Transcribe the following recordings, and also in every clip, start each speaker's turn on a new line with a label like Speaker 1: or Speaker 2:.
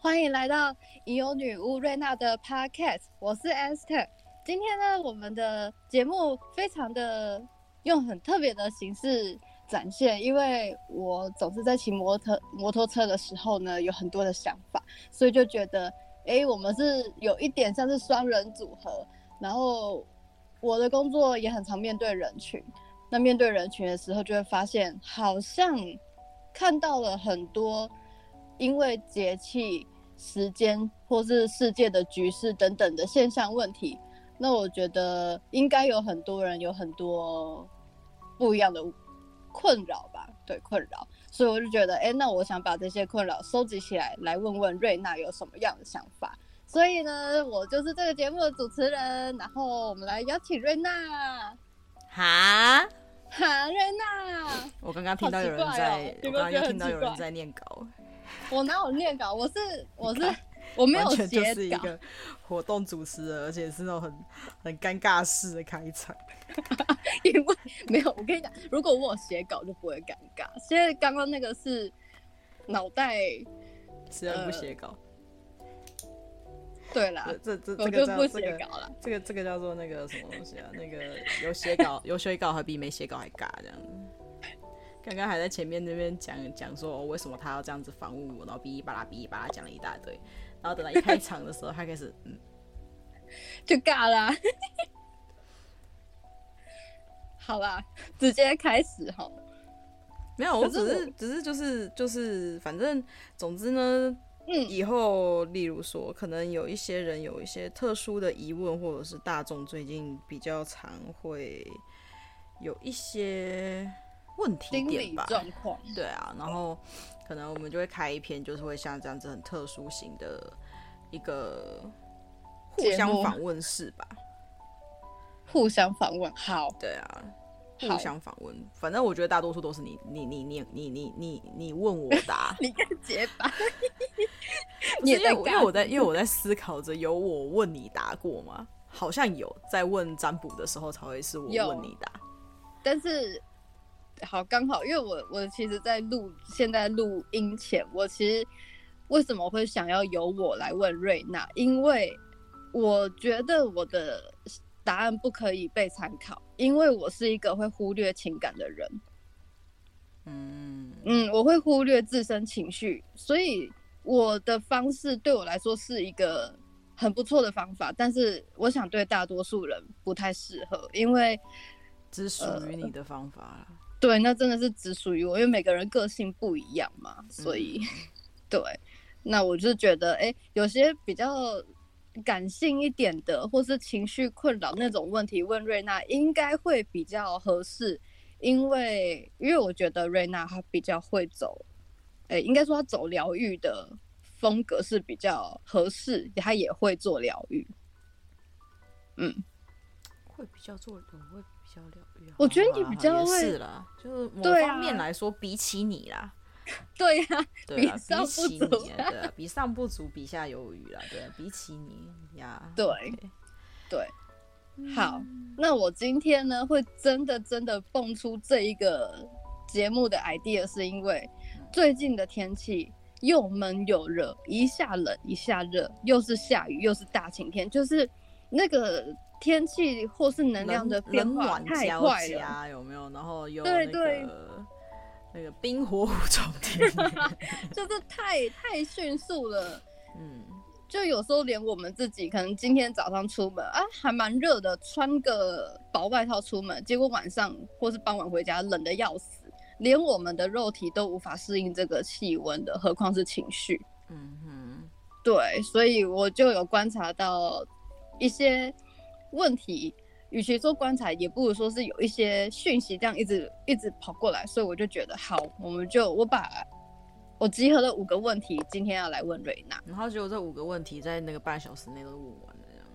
Speaker 1: 欢迎来到已有女巫瑞娜的 Podcast，我是 Esther。今天呢，我们的节目非常的用很特别的形式展现，因为我总是在骑摩托摩托车的时候呢，有很多的想法，所以就觉得，诶，我们是有一点像是双人组合。然后我的工作也很常面对人群，那面对人群的时候，就会发现好像看到了很多。因为节气、时间或是世界的局势等等的现象问题，那我觉得应该有很多人有很多不一样的困扰吧，对困扰。所以我就觉得，哎，那我想把这些困扰收集起来，来问问瑞娜有什么样的想法。所以呢，我就是这个节目的主持人，然后我们来邀请瑞娜。
Speaker 2: 哈，
Speaker 1: 哈， 瑞娜，
Speaker 2: 我刚刚听到有人在，
Speaker 1: 好奇怪哦
Speaker 2: 我刚刚又
Speaker 1: 你们觉得很
Speaker 2: 听到有
Speaker 1: 奇
Speaker 2: 人
Speaker 1: 怪
Speaker 2: 在念稿，
Speaker 1: 我哪有念稿？我是我是我没有
Speaker 2: 完全就
Speaker 1: 写
Speaker 2: 是一
Speaker 1: 稿。
Speaker 2: 个活动主持人，而且是那种很很尴尬式的开场。
Speaker 1: 因为没有，我跟你讲，如果我有写稿就不会尴尬。现在刚刚那个是脑袋，
Speaker 2: 实在不写稿，
Speaker 1: 对啦，
Speaker 2: 这这这
Speaker 1: 呃我
Speaker 2: 这个
Speaker 1: 就不
Speaker 2: 叫这
Speaker 1: 写
Speaker 2: 个
Speaker 1: 稿了。
Speaker 2: 这个这个叫做那个什么东西啊？那个有写稿有写稿还比没写稿还尬这样子。刚刚还在前面那边讲讲说、哦为什么他要这样子访问我，然后哔哩吧啦哔哩吧啦讲了一大堆，然后等到一开场的时候，他开始嗯
Speaker 1: 就尬啦。好啦，直接开始哈。
Speaker 2: 没有，我
Speaker 1: 可是
Speaker 2: 只是只是就是就是，反正总之呢，
Speaker 1: 嗯
Speaker 2: 以后例如说，可能有一些人有一些特殊的疑问，或者是大众最近比较常会有一些问题
Speaker 1: 心
Speaker 2: 点
Speaker 1: 理
Speaker 2: 吧，
Speaker 1: 状况，
Speaker 2: 对啊，然后可能我们就会开一篇，就是会像这样子很特殊型的一个互
Speaker 1: 节
Speaker 2: 相
Speaker 1: 目
Speaker 2: 访问式吧，
Speaker 1: 互相访问。好，
Speaker 2: 对啊，
Speaker 1: 好
Speaker 2: 互相访问，反正我觉得大多数都是你你你你你你你你问我答。
Speaker 1: 你跟结巴，
Speaker 2: 不
Speaker 1: 你
Speaker 2: 是
Speaker 1: 也
Speaker 2: 因为
Speaker 1: 在
Speaker 2: 我
Speaker 1: 尬
Speaker 2: 因为我在因为我在思考着，有我问你答过吗？好像有，在问占卜的时候才会是我
Speaker 1: 有
Speaker 2: 问你答。
Speaker 1: 但是好刚好，因为我我其实，在录现在录音前，我其实为什么会想要由我来问瑞娜？因为我觉得我的答案不可以被参考，因为我是一个会忽略情感的人。
Speaker 2: 嗯，
Speaker 1: 嗯，我会忽略自身情绪，所以我的方式对我来说是一个很不错的方法，但是我想对大多数人不太适合，因为
Speaker 2: 这是属于你的方法啦。
Speaker 1: 对，那真的是只属于我，因为每个人个性不一样嘛，所以、 对，那我就觉得，哎、有些比较感性一点的，或是情绪困扰那种问题，问瑞娜应该会比较合适，因为因为我觉得瑞娜她比较会走，哎、应该说她走疗愈的风格是比较合适，她也会做疗愈， 嗯。
Speaker 2: 会比较做，我会比较疗愈。
Speaker 1: 我觉得你
Speaker 2: 好啦
Speaker 1: 比较
Speaker 2: 好啦
Speaker 1: 会
Speaker 2: 也是啦，就是某
Speaker 1: 对啊
Speaker 2: 方面来说，比起你啦，
Speaker 1: 对呀、
Speaker 2: 对啦，
Speaker 1: 比
Speaker 2: 比
Speaker 1: 上不
Speaker 2: 起
Speaker 1: 足
Speaker 2: 你啊，对啊，比上不足，比下有余啦，对啊，比起你呀，
Speaker 1: 对
Speaker 2: OK 嗯
Speaker 1: 对，好，那我今天呢会真的真的蹦出这一个节目的 idea，是因为最近的天气又闷又热，一下冷一下热，又是下雨又是大晴天，就是那个天气或是能量的
Speaker 2: 冷
Speaker 1: 变
Speaker 2: 冷
Speaker 1: 化
Speaker 2: 暖
Speaker 1: 太
Speaker 2: 交
Speaker 1: 快了。
Speaker 2: 加有没有？然后有
Speaker 1: 对
Speaker 2: 那
Speaker 1: 对
Speaker 2: 个那个冰火五重 天，
Speaker 1: 就是太太迅速了。
Speaker 2: 嗯，
Speaker 1: 就有时候连我们自己，可能今天早上出门啊，还蛮热的，穿个薄外套出门，结果晚上或是傍晚回家冷的要死，连我们的肉体都无法适应这个气温的，何况是情绪。
Speaker 2: 嗯哼，
Speaker 1: 对，所以我就有观察到一些问题，与其说观察，也不如说是有一些讯息这样一直一直跑过来，所以我就觉得好，我们就我把我集合了五个问题，今天要来问瑞娜，
Speaker 2: 然后结果这五个问题在那个半小时内都问完了，这样。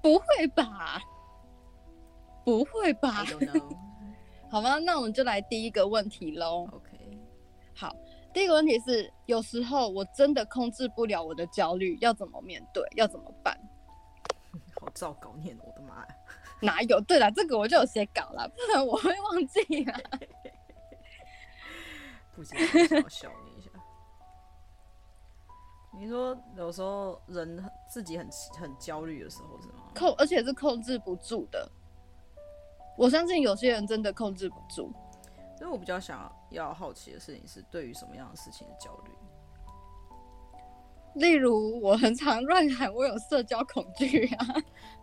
Speaker 1: 不会吧？不会吧
Speaker 2: I？don't know.
Speaker 1: 好吧，那我们就来第一个问题喽。
Speaker 2: OK，
Speaker 1: 好，第一个问题是，有时候我真的控制不了我的焦虑，要怎么面对？要怎么办？
Speaker 2: 好照稿念，我的妈呀！
Speaker 1: 哪有？对了，这个我就有写稿了， 不然我会忘记啦。
Speaker 2: 不知道为什么要笑你一下。你说有时候人自己很很焦虑的时候是吗？
Speaker 1: 控，而且是控制不住的。我相信有些人真的控制不住。
Speaker 2: 所以我比较想要好奇的事情是，对于什么样的事情的焦虑？
Speaker 1: 例如，我很常乱喊我有社交恐惧啊，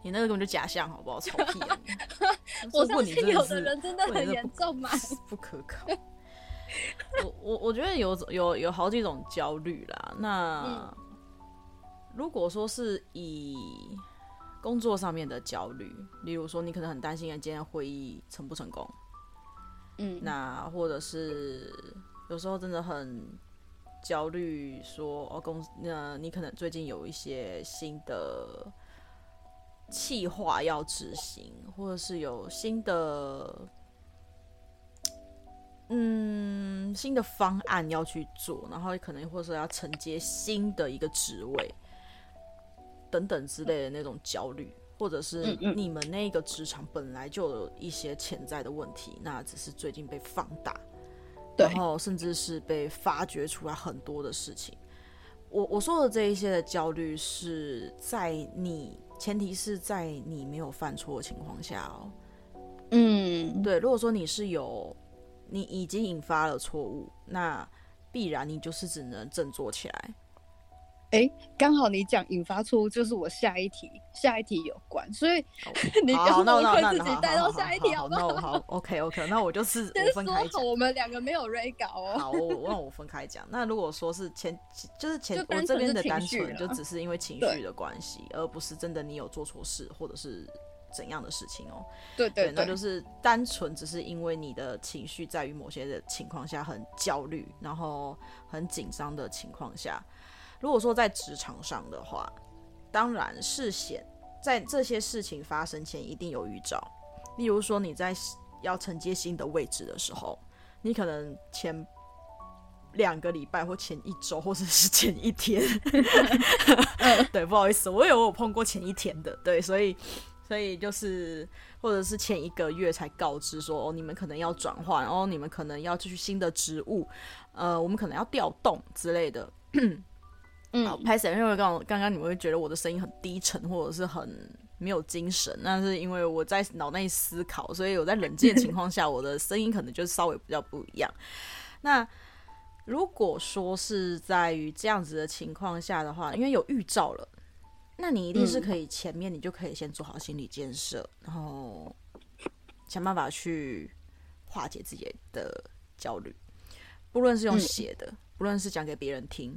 Speaker 2: 你那个根本就假象，好不好？臭屁、啊！
Speaker 1: 我
Speaker 2: 问
Speaker 1: 相
Speaker 2: 你
Speaker 1: 信
Speaker 2: 真的
Speaker 1: 有
Speaker 2: 是
Speaker 1: 的人真的
Speaker 2: 问
Speaker 1: 很
Speaker 2: 你
Speaker 1: 严重啊嘛。
Speaker 2: 不可靠。我我我觉得有有有好几种焦虑啦。
Speaker 1: 嗯
Speaker 2: 那、如果说是以工作上面的焦虑，例如说你可能很担心今天会议成不成功，
Speaker 1: 嗯，
Speaker 2: 那或者是有时候真的很焦虑说，哦公司，那你可能最近有一些新的计划要执行，或者是有新的嗯新的方案要去做，然后可能或者说要承接新的一个职位等等之类的那种焦虑。或者是
Speaker 1: 嗯嗯
Speaker 2: 你们那个职场本来就有一些潜在的问题，那只是最近被放大，
Speaker 1: 对
Speaker 2: 然后甚至是被发掘出来很多的事情。我我说的这一些的焦虑是在你前提是在你没有犯错的情况下哦。
Speaker 1: 嗯，
Speaker 2: 对，如果说你是有你已经引发了错误，那必然你就是只能振作起来。
Speaker 1: 刚好你讲引发错误，就是我下一题，下一题有关，所以
Speaker 2: 好
Speaker 1: 你不
Speaker 2: 好，
Speaker 1: 要
Speaker 2: 那我那我
Speaker 1: 会
Speaker 2: 那
Speaker 1: 自
Speaker 2: 那
Speaker 1: 己
Speaker 2: 好
Speaker 1: 带
Speaker 2: 好
Speaker 1: 到
Speaker 2: 好
Speaker 1: 下一题，
Speaker 2: 好
Speaker 1: 好不
Speaker 2: 那
Speaker 1: 好？
Speaker 2: 我好，OK OK，那 我就是
Speaker 1: 先
Speaker 2: 我分
Speaker 1: 说
Speaker 2: 开
Speaker 1: 好，
Speaker 2: 讲。
Speaker 1: 我们两个没有 re 稿哦。
Speaker 2: 好，我我让我分开讲。那如果说是前，就是前
Speaker 1: 就
Speaker 2: 我
Speaker 1: 单
Speaker 2: 这
Speaker 1: 纯
Speaker 2: 边
Speaker 1: 是
Speaker 2: 的
Speaker 1: 情
Speaker 2: 单
Speaker 1: 绪
Speaker 2: 纯，就
Speaker 1: 了
Speaker 2: 只是因为情
Speaker 1: 对
Speaker 2: 绪的关系，而不是真的你有做错事或者是怎样的事情哦。
Speaker 1: 对对
Speaker 2: 那就是单纯只是因为你的情绪在于某些的情况下很焦虑，然后很紧张的情况下，如果说在职场上的话，当然事先在这些事情发生前一定有预兆，例如说你在要承接新的位置的时候，你可能前。两个礼拜或前一周，或者是前一 天，对，不好意思，我有我有碰过前一天的，对，所以所以就是或者是前一个月才告知说，哦，你们可能要转换，然后你们可能要去新的职务，呃，我们可能要调动之类的。好，
Speaker 1: 嗯，
Speaker 2: 拍谁？因为刚好刚刚你们会觉得我的声音很低沉，或者是很没有精神，那是因为我在脑内思考，所以我在冷静的情况下，我的声音可能就稍微比较不一样。那如果说是在于这样子的情况下的话，因为有预兆了，那你一定是可以前面你就可以先做好心理建设，然后想办法去化解自己的焦虑，不论是用
Speaker 1: 嗯
Speaker 2: 写的，不论是讲给别人听，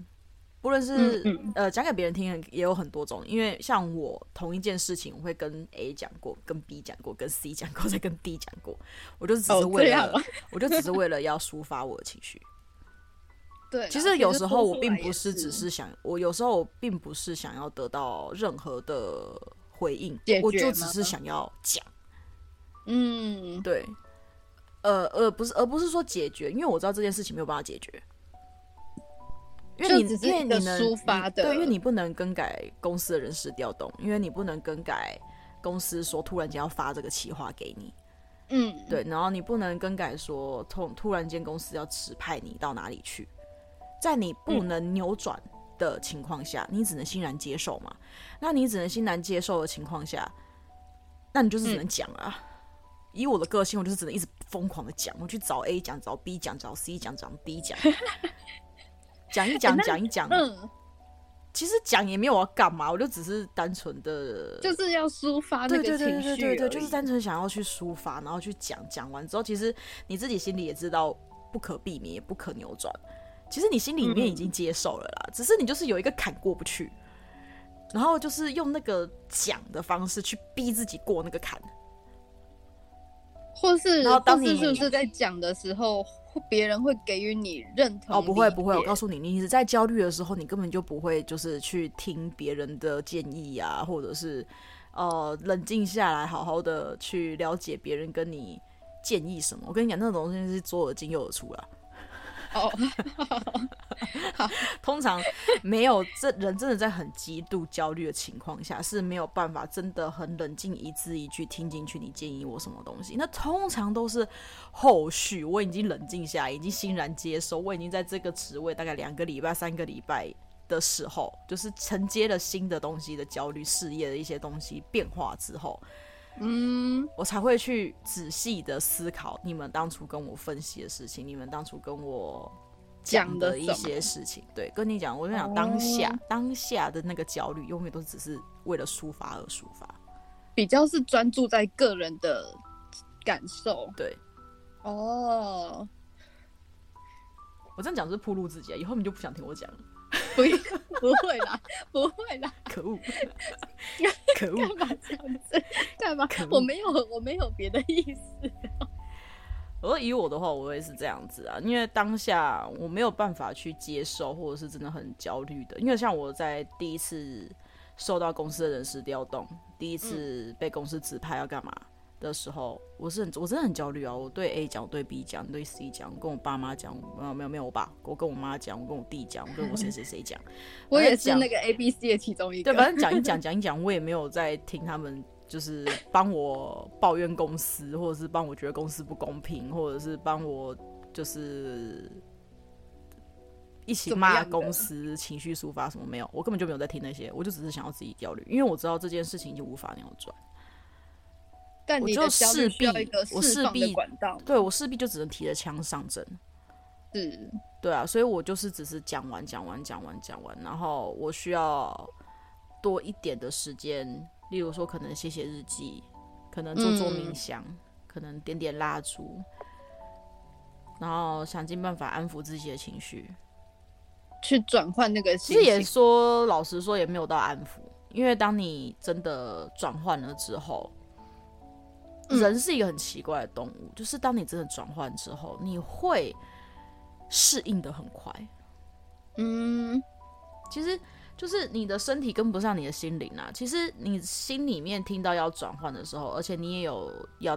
Speaker 2: 不论是、
Speaker 1: 嗯嗯
Speaker 2: 呃讲给别人听也有很多种，因为像我同一件事情，我会跟 A 讲过，跟 B 讲过，跟 C 讲过，再 跟 D 讲过，我就只是
Speaker 1: 哦
Speaker 2: 为
Speaker 1: 这样
Speaker 2: 了，
Speaker 1: 啊
Speaker 2: 我就只是为了要抒发我的情绪。
Speaker 1: 对啦。
Speaker 2: 其实有时候我
Speaker 1: 说出
Speaker 2: 并
Speaker 1: 来
Speaker 2: 不
Speaker 1: 也
Speaker 2: 是
Speaker 1: 是
Speaker 2: 只是想，我有时候我并不是想要得到任何的回应
Speaker 1: 解，
Speaker 2: 我
Speaker 1: 决
Speaker 2: 就只
Speaker 1: 吗
Speaker 2: 是想要讲。
Speaker 1: 嗯，
Speaker 2: 对，呃呃，不是，而不是说解决，因为我知道这件事情没有办法解决，因为
Speaker 1: 就
Speaker 2: 你
Speaker 1: 只是
Speaker 2: 因为
Speaker 1: 一
Speaker 2: 你
Speaker 1: 个
Speaker 2: 能
Speaker 1: 抒发
Speaker 2: 你
Speaker 1: 的
Speaker 2: 对，因为你不能更改公司的人事调动，因为你不能更改公司说突然间要发这个企划给你，
Speaker 1: 嗯，
Speaker 2: 对，然后你不能更改说突突然间公司要指派你到哪里去，在你
Speaker 1: 嗯
Speaker 2: 不能扭转的情况下，你只能欣然接受嘛。那你只能欣然接受的情况下，那你就是
Speaker 1: 嗯
Speaker 2: 只能讲啊。以我的个性，我就是只能一直疯狂的讲，我去找 A 讲，找 B 讲，找 C 讲，找 D 讲，讲一 讲，
Speaker 1: 那
Speaker 2: 讲一讲。
Speaker 1: 嗯，
Speaker 2: 其实讲也没有要干嘛，我就只是单纯的，
Speaker 1: 就是要抒发啊那
Speaker 2: 对
Speaker 1: 个
Speaker 2: 对对
Speaker 1: 情
Speaker 2: 对
Speaker 1: 绪
Speaker 2: 对对，
Speaker 1: 而
Speaker 2: 就是
Speaker 1: 已
Speaker 2: 单纯想要去抒发，然后去讲，讲完之后，其实你自己心里也知道不可避免，也不可扭转。其实你心里
Speaker 1: 嗯
Speaker 2: 面已经接受了啦，只是你就是有一个坎过不去，然后就是用那个讲的方式去逼自己过那个坎。
Speaker 1: 或是
Speaker 2: 然后当
Speaker 1: 或是
Speaker 2: 你
Speaker 1: 是不是在讲的时候，会别人会给予你认同？
Speaker 2: 哦，不会不会，我
Speaker 1: 诉
Speaker 2: 告诉你，你是在焦虑的时候，你根本就不会就是去听别人的建议啊，或者是呃冷静下来，好好的去了解别人跟你建议什么。我跟你讲，那种东西是左耳进右耳出啦。
Speaker 1: 哦，
Speaker 2: 通常没有这人真的在很极度焦虑的情况下是没有办法真的很冷静一字一句听进去你建议我什么东西。那通常都是后续我已经冷静下来，已经欣然接受，我已经在这个职位大概两个礼拜、三个礼拜。的时候，就是承接了新的东西的焦虑、事业的一些东西变化之后，
Speaker 1: 嗯，
Speaker 2: 我才会去仔细的思考你们当初跟我分析的事情，你们当初跟我讲的一些事情。对，跟你讲，我就讲当下、
Speaker 1: 哦
Speaker 2: 当下的那个焦虑，永远都只是为了抒发而抒发。
Speaker 1: 比较是专注在个人的感受
Speaker 2: 对
Speaker 1: 哦，
Speaker 2: 我这样讲就是铺路自己啊，以后你们就不想听我讲了，
Speaker 1: 不不会 啦，不会啦，
Speaker 2: 可恶， 可恶。
Speaker 1: 干嘛这样子？干嘛
Speaker 2: 可恶？
Speaker 1: 我没有，我没有别的意思。
Speaker 2: 我说以我的话，我也是这样子啊，因为当下我没有办法去接受，或者是真的很焦虑的。因为像我在第一次受到公司的人事调动，第一次被公司指派要干嘛的时候，我是很我真的很焦虑啊。我对 A 讲，我对 B 讲，我对 C 讲，我跟我爸妈讲，没有没有没有我爸，我跟我妈讲，我跟我弟讲，我跟我谁谁谁讲，
Speaker 1: 我也
Speaker 2: 在
Speaker 1: 是
Speaker 2: 讲
Speaker 1: 那个 A B C 的其中一
Speaker 2: 对，
Speaker 1: 个。
Speaker 2: 反正讲一讲 讲一讲，我也没有在听他们，就是帮我抱怨公司，或者是帮我觉得公司不公平，或者是帮我就是一起
Speaker 1: 怎么
Speaker 2: 骂
Speaker 1: 样的
Speaker 2: 公司情绪抒发什么没有，我根本就没有在听那些，我就只是想要自己焦虑，因为我知道这件事情已经无法扭转，
Speaker 1: 但
Speaker 2: 我
Speaker 1: 你
Speaker 2: 就
Speaker 1: 的焦
Speaker 2: 势
Speaker 1: 虑需要
Speaker 2: 必
Speaker 1: 一个
Speaker 2: 我势
Speaker 1: 释放
Speaker 2: 必
Speaker 1: 的管道，
Speaker 2: 对我势必就只能提着枪上阵。
Speaker 1: 是
Speaker 2: 对啊，所以我就是只是讲完讲完讲完讲完，然后我需要多一点的时间，例如说可能写写日记，可能做做冥
Speaker 1: 嗯
Speaker 2: 想，可能点点蜡烛，然后想尽办法安抚自己的情绪。
Speaker 1: 去转换那个
Speaker 2: 其
Speaker 1: 心
Speaker 2: 实
Speaker 1: 情。
Speaker 2: 也说老实说也没有到安抚，因为当你真的转换了之后，
Speaker 1: 嗯
Speaker 2: 人是一个很奇怪的动物，就是当你真的转换之后，你会适应的很快。
Speaker 1: 嗯，
Speaker 2: 其实就是你的身体跟不上你的心灵啊。其实你心里面听到要转换的时候，而且你也有要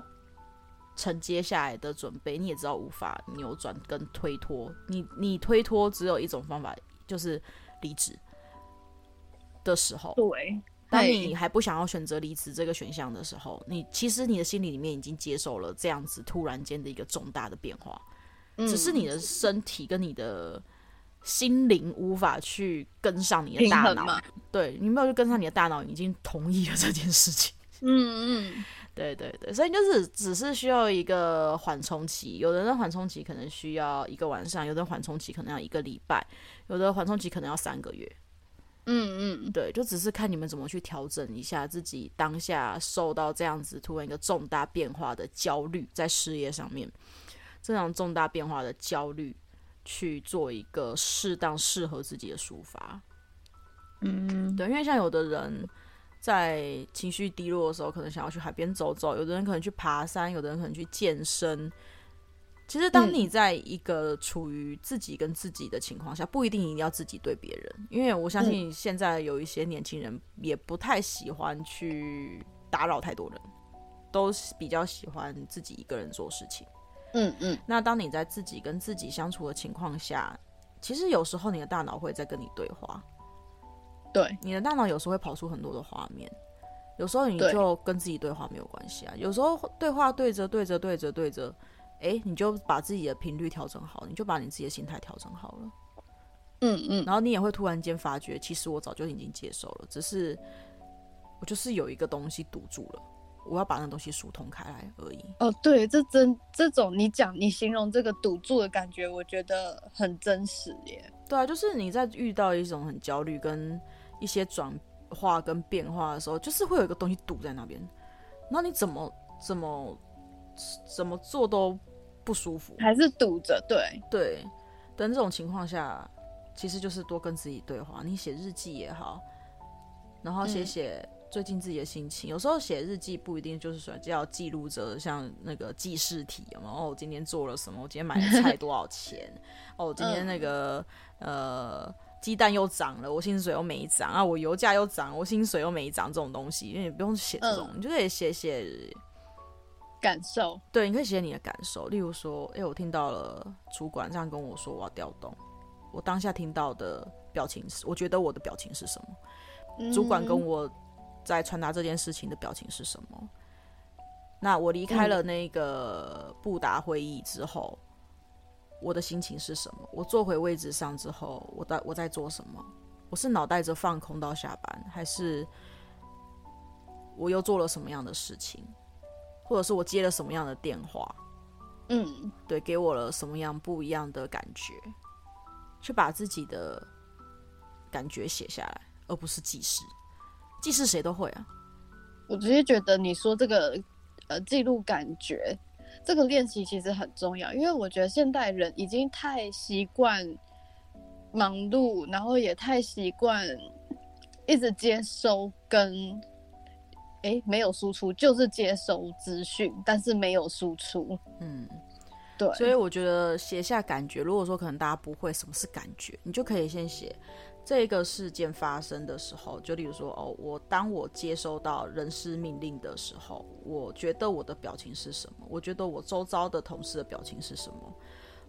Speaker 2: 承接下来的准备，你也知道无法扭转跟推脱。你你推脱只有一种方法，就是离职的时候。
Speaker 1: 对，
Speaker 2: 当
Speaker 1: 对
Speaker 2: 你还不想要选择离职这个选项的时候，你其实你的心里里面已经接受了这样子突然间的一个重大的变化。只
Speaker 1: 嗯
Speaker 2: 是你的身体跟你的心灵无法去跟上你的
Speaker 1: 平
Speaker 2: 大
Speaker 1: 衡
Speaker 2: 脑
Speaker 1: 嘛，
Speaker 2: 对你没有去跟上你的大脑，已经同意了这件事情。
Speaker 1: 嗯嗯，
Speaker 2: 对对对，所以就是只是需要一个缓冲期，有的人缓冲期可能需要一个晚上，有的人缓冲期可能要一个礼拜，有的缓冲期可能要三个月。
Speaker 1: 嗯嗯，
Speaker 2: 对，就只是看你们怎么去调整一下自己当下受到这样子突然一个重大变化的焦虑，在事业上面这种重大变化的焦虑，去做一个适当适合自己的抒发。
Speaker 1: 嗯，
Speaker 2: 对，因为像有的人在情绪低落的时候，可能想要去海边走走，有的人可能去爬山，有的人可能去健身。其实，当
Speaker 1: 嗯
Speaker 2: 你在一个处于自己跟自己的情况下，不一定一定要自己对别人，因为我相信现在有一些年轻人也不太喜欢去打扰太多人，都是比较喜欢自己一个人做事情。
Speaker 1: 嗯嗯，
Speaker 2: 那当你在自己跟自己相处的情况下，其实有时候你的大脑会在跟你对话，
Speaker 1: 对，
Speaker 2: 你的大脑有时候会跑出很多的画面，有时候你
Speaker 1: 对
Speaker 2: 就跟自己对话没有关系啊，有时候对话对着对着对着对着，诶，你就把自己的频率调整好，你就把你自己的心态调整好了，
Speaker 1: 嗯嗯，
Speaker 2: 然后你也会突然间发觉，其实我早就已经接受了，只是我就是有一个东西堵住了，我要把那东西疏通开来而已。
Speaker 1: 哦，对，这真这种你讲你形容这个赌注的感觉，我觉得很真实耶。
Speaker 2: 对啊，就是你在遇到一种很焦虑跟一些转化跟变化的时候，就是会有一个东西堵在那边，然后你怎么怎么怎么做都不舒服。
Speaker 1: 还是赌着，对，
Speaker 2: 对，但这种情况下，其实就是多跟自己对话，你写日记也好，然后写
Speaker 1: 嗯
Speaker 2: 写最近自己的心情。有时候写日记不一定就是说叫记录着，像那个记事体有没有？哦，我今天做了什么？我今天买的菜多少钱？哦，我今天那个、呃。鸡蛋又涨了，我薪水又没涨啊！我油价又涨，我薪水又没涨，这种东西，因为你不用写这种，你就可以写写
Speaker 1: 感受，
Speaker 2: 对，你可以写你的感受，例如说，哎、我听到了主管这样跟我说我要调动，我当下听到的表情是，我觉得我的表情是什么？主管跟
Speaker 1: 嗯
Speaker 2: 我在传达这件事情的表情是什么？那我离开了那个布达会议之后，我的心情是什么？我坐回位置上之后，我在我在做什么？我我是脑袋只放空到下班，还是我又做了什么样的事情，或者是我接了什么样的电话，
Speaker 1: 嗯，
Speaker 2: 对，给我了什么样不一样的感觉，去把自己的感觉写下来，而不是记事。记事谁都会啊，
Speaker 1: 我只是觉得你说这个呃记录感觉这个练习其实很重要，因为我觉得现代人已经太习惯忙碌，然后也太习惯一直接收跟诶没有输出，就是接收资讯，但是没有输出。
Speaker 2: 嗯，
Speaker 1: 对，
Speaker 2: 所以我觉得写下感觉，如果说可能大家不会什么是感觉，你就可以先写这个事件发生的时候，就例如说哦，我当我接收到人事命令的时候，我觉得我的表情是什么？我觉得我周遭的同事的表情是什么？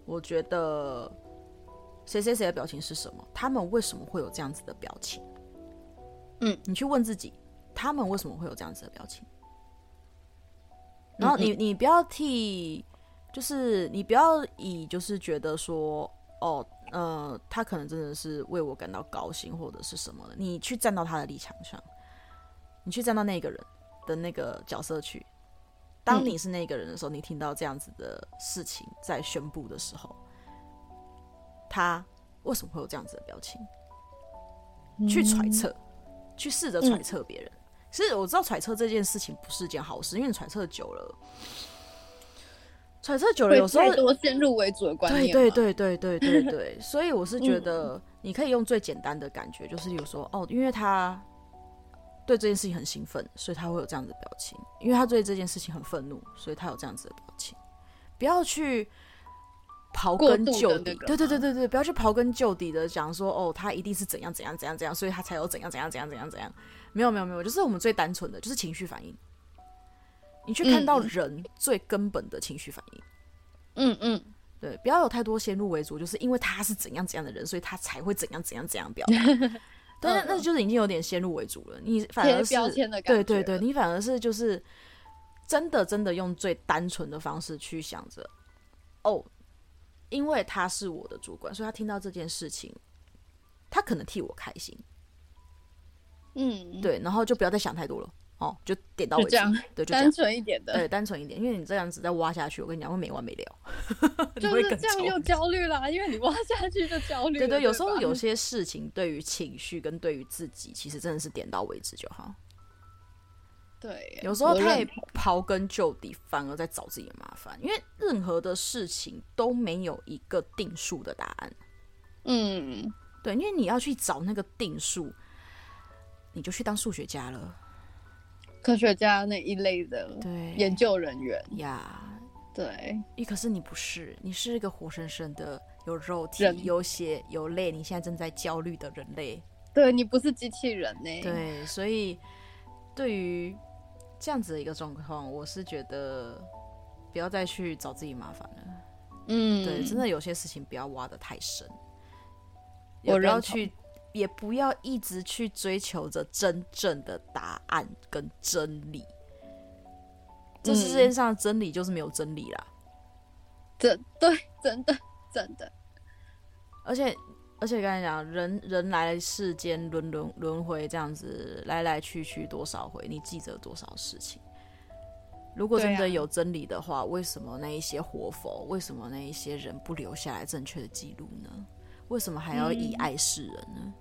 Speaker 2: 我觉得谁谁谁的表情是什么？他们为什么会有这样子的表情？
Speaker 1: 嗯，
Speaker 2: 你去问自己，他们为什么会有这样子的表情？
Speaker 1: 嗯
Speaker 2: 然后你你不要替就是你不要以就是觉得说哦，呃，他可能真的是为我感到高兴或者是什么的，你去站到他的立场上，你去站到那个人的那个角色去。当
Speaker 1: 嗯
Speaker 2: 你是那个人的时候，你听到这样子的事情在宣布的时候，他为什么会有这样子的表情？去揣测，
Speaker 1: 嗯
Speaker 2: 去试着揣测别人。其实我知道揣测这件事情不是件好事，因为你揣测久了，揣测久了
Speaker 1: 会
Speaker 2: 有时候
Speaker 1: 太多先入为主的观念，嗯
Speaker 2: 对，对对对对对 对，所以我是觉得你可以用最简单的感觉，就是比如说哦，因为他对这件事情很兴奋，所以他会有这样子的表情；因为他对这件事情很愤怒，所以他有这样子的表情。不要去刨
Speaker 1: 过
Speaker 2: 根
Speaker 1: 度的
Speaker 2: 究
Speaker 1: 那
Speaker 2: 底，
Speaker 1: 个嗯
Speaker 2: 对对
Speaker 1: 吗
Speaker 2: 对对对，不要去刨根究底的讲说哦，他一定是怎样怎样怎样怎样，所以他才有怎样怎样怎样怎样怎样。没有没有没有，就是我们最单纯的就是情绪反应。你去看到
Speaker 1: 嗯
Speaker 2: 人最根本的情绪反应。
Speaker 1: 嗯嗯，
Speaker 2: 对，不要有太多先入为主，就是因为他是怎样怎样的人，所以他才会怎样怎样怎样表达。 对，那那就是已经有点先入为主了。你反
Speaker 1: 贴
Speaker 2: 而
Speaker 1: 嗯
Speaker 2: 是
Speaker 1: 标签的感觉，
Speaker 2: 对对对，，你反而是就是真的真的用最单纯的方式去想着，哦，因为他是我的主管，所以他听到这件事情，他可能替我开心，
Speaker 1: 嗯，
Speaker 2: 对，然后就不要再想太多了，哦，就点到
Speaker 1: 就这
Speaker 2: 为止
Speaker 1: 样，
Speaker 2: 对，就这
Speaker 1: 单
Speaker 2: 样，
Speaker 1: 纯一点的，
Speaker 2: 对，单纯一点，因为你这样子再挖下去，我跟你讲会没完没了， 你
Speaker 1: 就
Speaker 2: 会
Speaker 1: 是
Speaker 2: 更
Speaker 1: 这样
Speaker 2: 焦
Speaker 1: 又
Speaker 2: 虑
Speaker 1: 焦虑啦，因为你挖下去就焦虑了。
Speaker 2: 对对，有时候
Speaker 1: 吧嗯
Speaker 2: 有些事情对于情绪跟对于自己，其实真的是点到为止就好。
Speaker 1: 对，
Speaker 2: 有时候
Speaker 1: 我
Speaker 2: 太
Speaker 1: 认
Speaker 2: 刨根究底，反而在找自己的麻烦，因为任何的事情都没有一个定数的答案。
Speaker 1: 嗯，
Speaker 2: 对，因为你要去找那个定数，你就去当数学家了。
Speaker 1: 科学家那一类的
Speaker 2: 对
Speaker 1: 研究人员，
Speaker 2: 呀，
Speaker 1: 对，
Speaker 2: 一可是你不是，你是一个活生生的有肉体、
Speaker 1: 人
Speaker 2: 有血、有泪，你现在正在焦虑的人类。
Speaker 1: 对你不是机器人呢、，
Speaker 2: 对，所以对于这样子的一个状况，我是觉得不要再去找自己麻烦了。
Speaker 1: 嗯，
Speaker 2: 对，真的有些事情不要挖得太深，
Speaker 1: 我
Speaker 2: 也不要
Speaker 1: 认
Speaker 2: 去，也不要一直去追求着真正的答案跟真理。这
Speaker 1: 嗯
Speaker 2: 世界上的真理就是没有真理啦，
Speaker 1: 真对，真的真的，
Speaker 2: 而且而且刚才讲，人人来世间轮轮轮回这样子来来去去多少回，你记着多少事情。如果
Speaker 1: 对
Speaker 2: 真
Speaker 1: 啊
Speaker 2: 的有真理的话，为什么那一些活佛，为什么那一些人不留下来正确的记录呢？为什么还要以爱示人呢？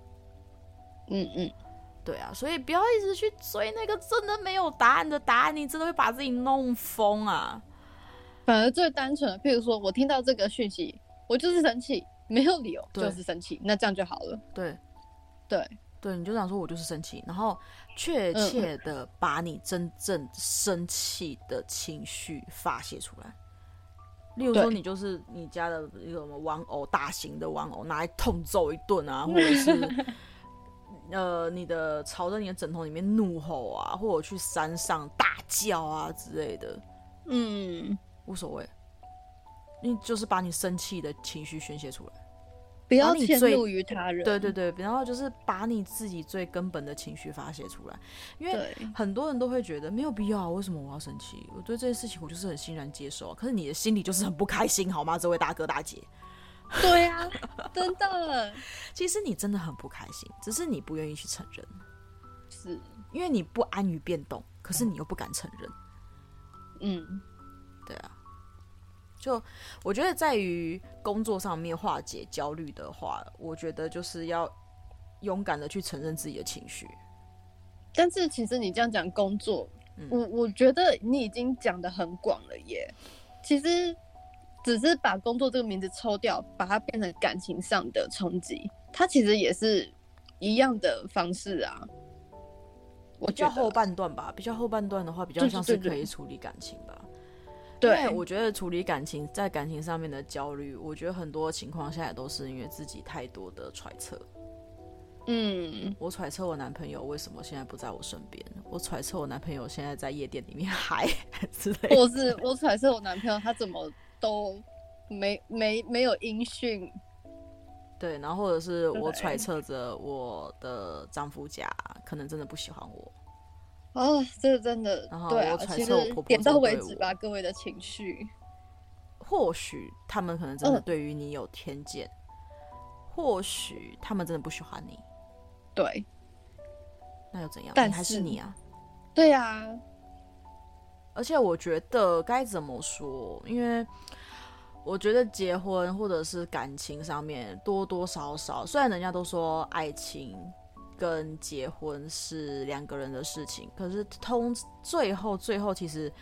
Speaker 1: 嗯嗯，
Speaker 2: 对啊，所以不要一直去追那个真的没有答案的答案，你真的会把自己弄疯啊！
Speaker 1: 反而最单纯的，譬如说我听到这个讯息，我就是生气，没有理由，
Speaker 2: 对
Speaker 1: 就是生气，那这样就好了。
Speaker 2: 对，
Speaker 1: 对，
Speaker 2: 对，你就想说我就是生气，然后
Speaker 1: 嗯
Speaker 2: 确切的把你真正生气的情绪发泄出来。例如说，
Speaker 1: 对
Speaker 2: 你就是你家的一个什么玩偶，大型的玩偶拿来痛揍一顿啊，或者是 呃，你的朝着你的枕头里面怒吼啊，或者去山上大叫啊之类的，
Speaker 1: 嗯，
Speaker 2: 无所谓。你就是把你生气的情绪宣泄出来。
Speaker 1: 不要
Speaker 2: 你
Speaker 1: 迁
Speaker 2: 最
Speaker 1: 怒于他人。
Speaker 2: 对对对，然后就是把你自己最根本的情绪发泄出来，因为
Speaker 1: 对
Speaker 2: 很多人都会觉得没有必要啊，为什么我要生气？我对这件事情我就是很欣然接受啊、可是你的心里就是很不开心，好吗？这位大哥大姐，
Speaker 1: 对啊，真的
Speaker 2: 其实你真的很不开心，只是你不愿意去承认，
Speaker 1: 是，
Speaker 2: 因为你不安于变动，可是你又不敢承认。
Speaker 1: 嗯，
Speaker 2: 对啊，就我觉得在于工作上面化解焦虑的话，我觉得就是要勇敢的去承认自己的情绪。
Speaker 1: 但是其实你这样讲工作，
Speaker 2: 嗯
Speaker 1: 我我觉得你已经讲的很广了耶。其实只是把工作这个名字抽掉，把它变成感情上的冲击，它其实也是一样的方式啊。我
Speaker 2: 比
Speaker 1: 觉
Speaker 2: 较后
Speaker 1: 得
Speaker 2: 半段吧，比较后半段的话，比较
Speaker 1: 对对
Speaker 2: 像是
Speaker 1: 对对
Speaker 2: 可以处理感情吧。因
Speaker 1: 对
Speaker 2: 为，我觉得处理感情在感情上面的焦虑，我觉得很多情况下也都是因为自己太多的揣测。
Speaker 1: 嗯，
Speaker 2: 我揣测我男朋友为什么现在不在我身边，我揣测我男朋友现在在夜店里面嗨 之类的。
Speaker 1: 或是我揣测我男朋友他怎么都没没没有音讯，
Speaker 2: 对，然后或者是我
Speaker 1: 对
Speaker 2: 揣测着我的丈夫家可能真的不喜欢我，
Speaker 1: 哦，这真的
Speaker 2: 然后
Speaker 1: 对啊
Speaker 2: 我，揣
Speaker 1: 其实
Speaker 2: 测我婆婆
Speaker 1: 点到
Speaker 2: 针
Speaker 1: 为
Speaker 2: 对
Speaker 1: 止
Speaker 2: 我
Speaker 1: 吧，各位的情绪，
Speaker 2: 或许他们可能真的
Speaker 1: 嗯
Speaker 2: 对于你有偏见，或许他们真的不喜欢你，
Speaker 1: 对
Speaker 2: 那又怎样？
Speaker 1: 但
Speaker 2: 你还是
Speaker 1: 是
Speaker 2: 你啊。
Speaker 1: 对啊，
Speaker 2: 而且我觉得该怎么说，因为我觉得结婚或者是感情上面多多少少，虽然人家都说爱情跟结婚是两个人的事情，可是通最后最后其实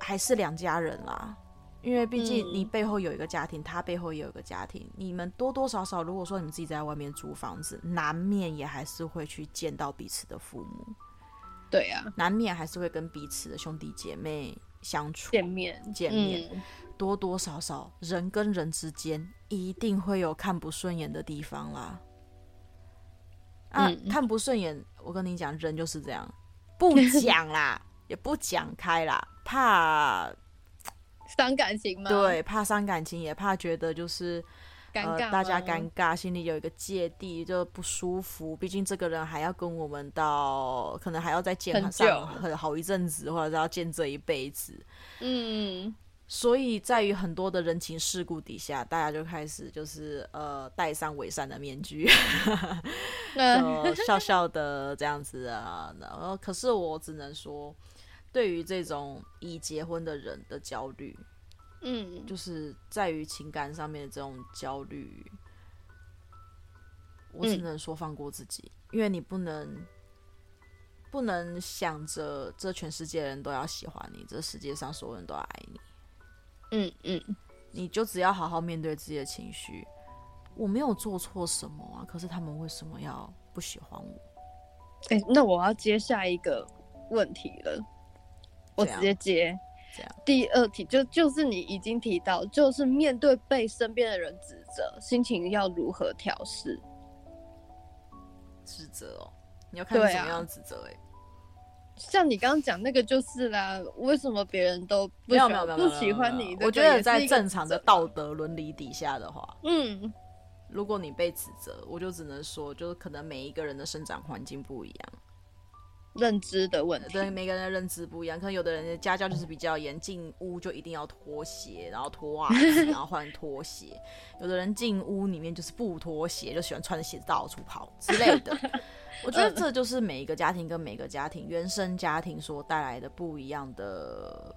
Speaker 2: 还是两家人啦。因为毕竟
Speaker 1: 嗯
Speaker 2: 你背后有一个家庭，他背后也有一个家庭，你们多多少少，如果说你们自己在外面租房子，难免也还是会去见到彼此的父母。
Speaker 1: 对啊，
Speaker 2: 难免还是会跟彼此的兄弟姐妹相处，
Speaker 1: 见面
Speaker 2: 见面
Speaker 1: 嗯、
Speaker 2: 多多少少人跟人之间一定会有看不顺眼的地方啦。啊，
Speaker 1: 嗯
Speaker 2: 看不顺眼，我跟你讲，人就是这样，不 讲啦，也不讲开啦，怕
Speaker 1: 伤感情吗？，
Speaker 2: 对，怕伤感情，也怕觉得就是
Speaker 1: 尴尬、
Speaker 2: 呃，大家尴。尬，心里有一个芥蒂，就不舒服。毕竟这个人还要跟我们到，可能还要再见
Speaker 1: 很久
Speaker 2: 上很好一阵子，或者是要见这一辈子。
Speaker 1: 嗯，
Speaker 2: 所以在于很多的人情世故底下，大家就开始就是呃戴上伪善的面具，
Speaker 1: 那
Speaker 2: 就笑笑的这样子啊。然后，可是我只能说，对于这种已结婚的人的焦虑，
Speaker 1: 嗯，
Speaker 2: 就是在于情感上面的这种焦虑，我只
Speaker 1: 嗯
Speaker 2: 能说放过自己，因为你不能不能想着这全世界的人都要喜欢你，这世界上所有人都要爱你，
Speaker 1: 嗯嗯，
Speaker 2: 你就只要好好面对自己的情绪。我没有做错什么啊，可是他们为什么要不喜欢我？
Speaker 1: 哎、那我要接下一个问题了，我
Speaker 2: 怎
Speaker 1: 直
Speaker 2: 样
Speaker 1: 接接
Speaker 2: 怎样。
Speaker 1: 第二题就就是你已经提到，就是面对被身边的人指责，心情要如何调试？
Speaker 2: 指责哦，你要看是
Speaker 1: 对
Speaker 2: 什
Speaker 1: 啊
Speaker 2: 么样的指责哎、
Speaker 1: 像你刚刚讲那个就是啦，为什么别人都不
Speaker 2: 没
Speaker 1: 喜
Speaker 2: 有没有没
Speaker 1: 欢
Speaker 2: 有没有
Speaker 1: 不
Speaker 2: 没有
Speaker 1: 喜欢
Speaker 2: 没有
Speaker 1: 你？
Speaker 2: 我
Speaker 1: 这
Speaker 2: 觉
Speaker 1: 个也
Speaker 2: 得
Speaker 1: 是
Speaker 2: 在
Speaker 1: 一个
Speaker 2: 正常的
Speaker 1: 指责
Speaker 2: 道德伦理底下的话，
Speaker 1: 嗯，
Speaker 2: 如果你被指责，我就只能说，就是可能每一个人的生长环境不一样，
Speaker 1: 认知的问题。
Speaker 2: 对每个人的认知不一样。可能有的人的家教就是比较严，进屋就一定要脱鞋，然后脱袜子，然后换拖鞋；有的人进屋里面就是不脱鞋，就喜欢穿着鞋子到处跑之类的。我
Speaker 1: 嗯
Speaker 2: 觉得这就是每一个家庭跟每个家庭原生家庭所带来的不一样的，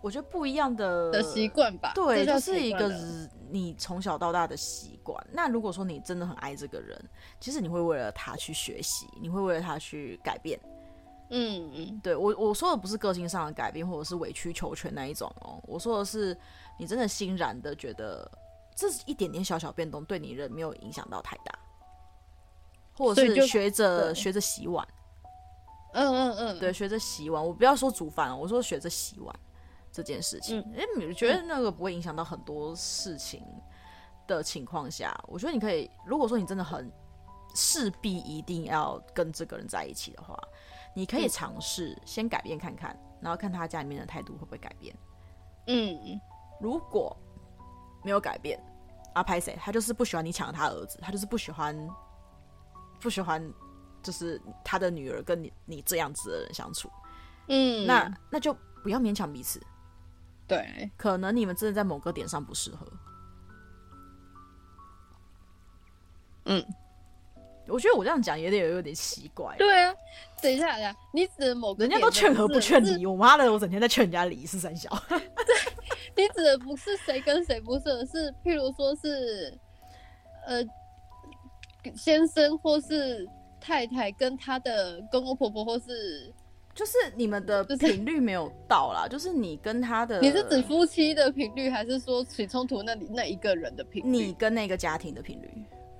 Speaker 2: 我觉得不一样的
Speaker 1: 的习惯吧，
Speaker 2: 对，
Speaker 1: 这
Speaker 2: 就
Speaker 1: 叫
Speaker 2: 是一
Speaker 1: 习惯
Speaker 2: 个
Speaker 1: 了
Speaker 2: 日你从小到大的习惯。那如果说你真的很爱这个人，其实你会为了他去学习，你会为了他去改变。
Speaker 1: 嗯嗯
Speaker 2: 对我我说的不是个性上的改变，或者是委曲求全那一种哦，我说的是你真的欣然的觉得这一点点小小变动对你人没有影响到太大，或者
Speaker 1: 所以
Speaker 2: 是
Speaker 1: 就
Speaker 2: 学着
Speaker 1: 对
Speaker 2: 学着洗碗，
Speaker 1: 嗯嗯嗯，
Speaker 2: 对，学着洗碗。我不要说煮饭，哦我说学着洗碗这件事情，
Speaker 1: 嗯
Speaker 2: 因为你觉得那个不会影响到很多事情的情况下，我觉得你可以，如果说你真的很势必一定要跟这个人在一起的话，你可以
Speaker 1: 嗯
Speaker 2: 尝试先改变看看，然后看他家里面的态度会不会改变。
Speaker 1: 嗯，
Speaker 2: 如果没有改变，阿拍谁？他就是不喜欢你抢了他儿子，他就是不喜欢，不喜欢，就是他的女儿跟你你这样子的人相处。
Speaker 1: 嗯，
Speaker 2: 那那就不要勉强彼此。
Speaker 1: 对，
Speaker 2: 可能你们真的在某个点上不适合。
Speaker 1: 嗯，
Speaker 2: 我觉得我这样讲也得有有点奇怪，
Speaker 1: 对啊。等一下，等一下，你指的某个
Speaker 2: 人家
Speaker 1: 点
Speaker 2: 都
Speaker 1: 的
Speaker 2: 劝和不劝
Speaker 1: 是
Speaker 2: 离，我妈的，我整天在劝人家离是三小。
Speaker 1: 你指的不是谁跟谁不适合，是譬如说是，呃，先生或是太太跟他的公公婆婆，或是
Speaker 2: 就是你们的
Speaker 1: 就是
Speaker 2: 频率没有到啦，就是你跟他的，
Speaker 1: 你是指夫妻的频率，还是说起冲突那里那一个人的频率？
Speaker 2: 你跟那个家庭的频率，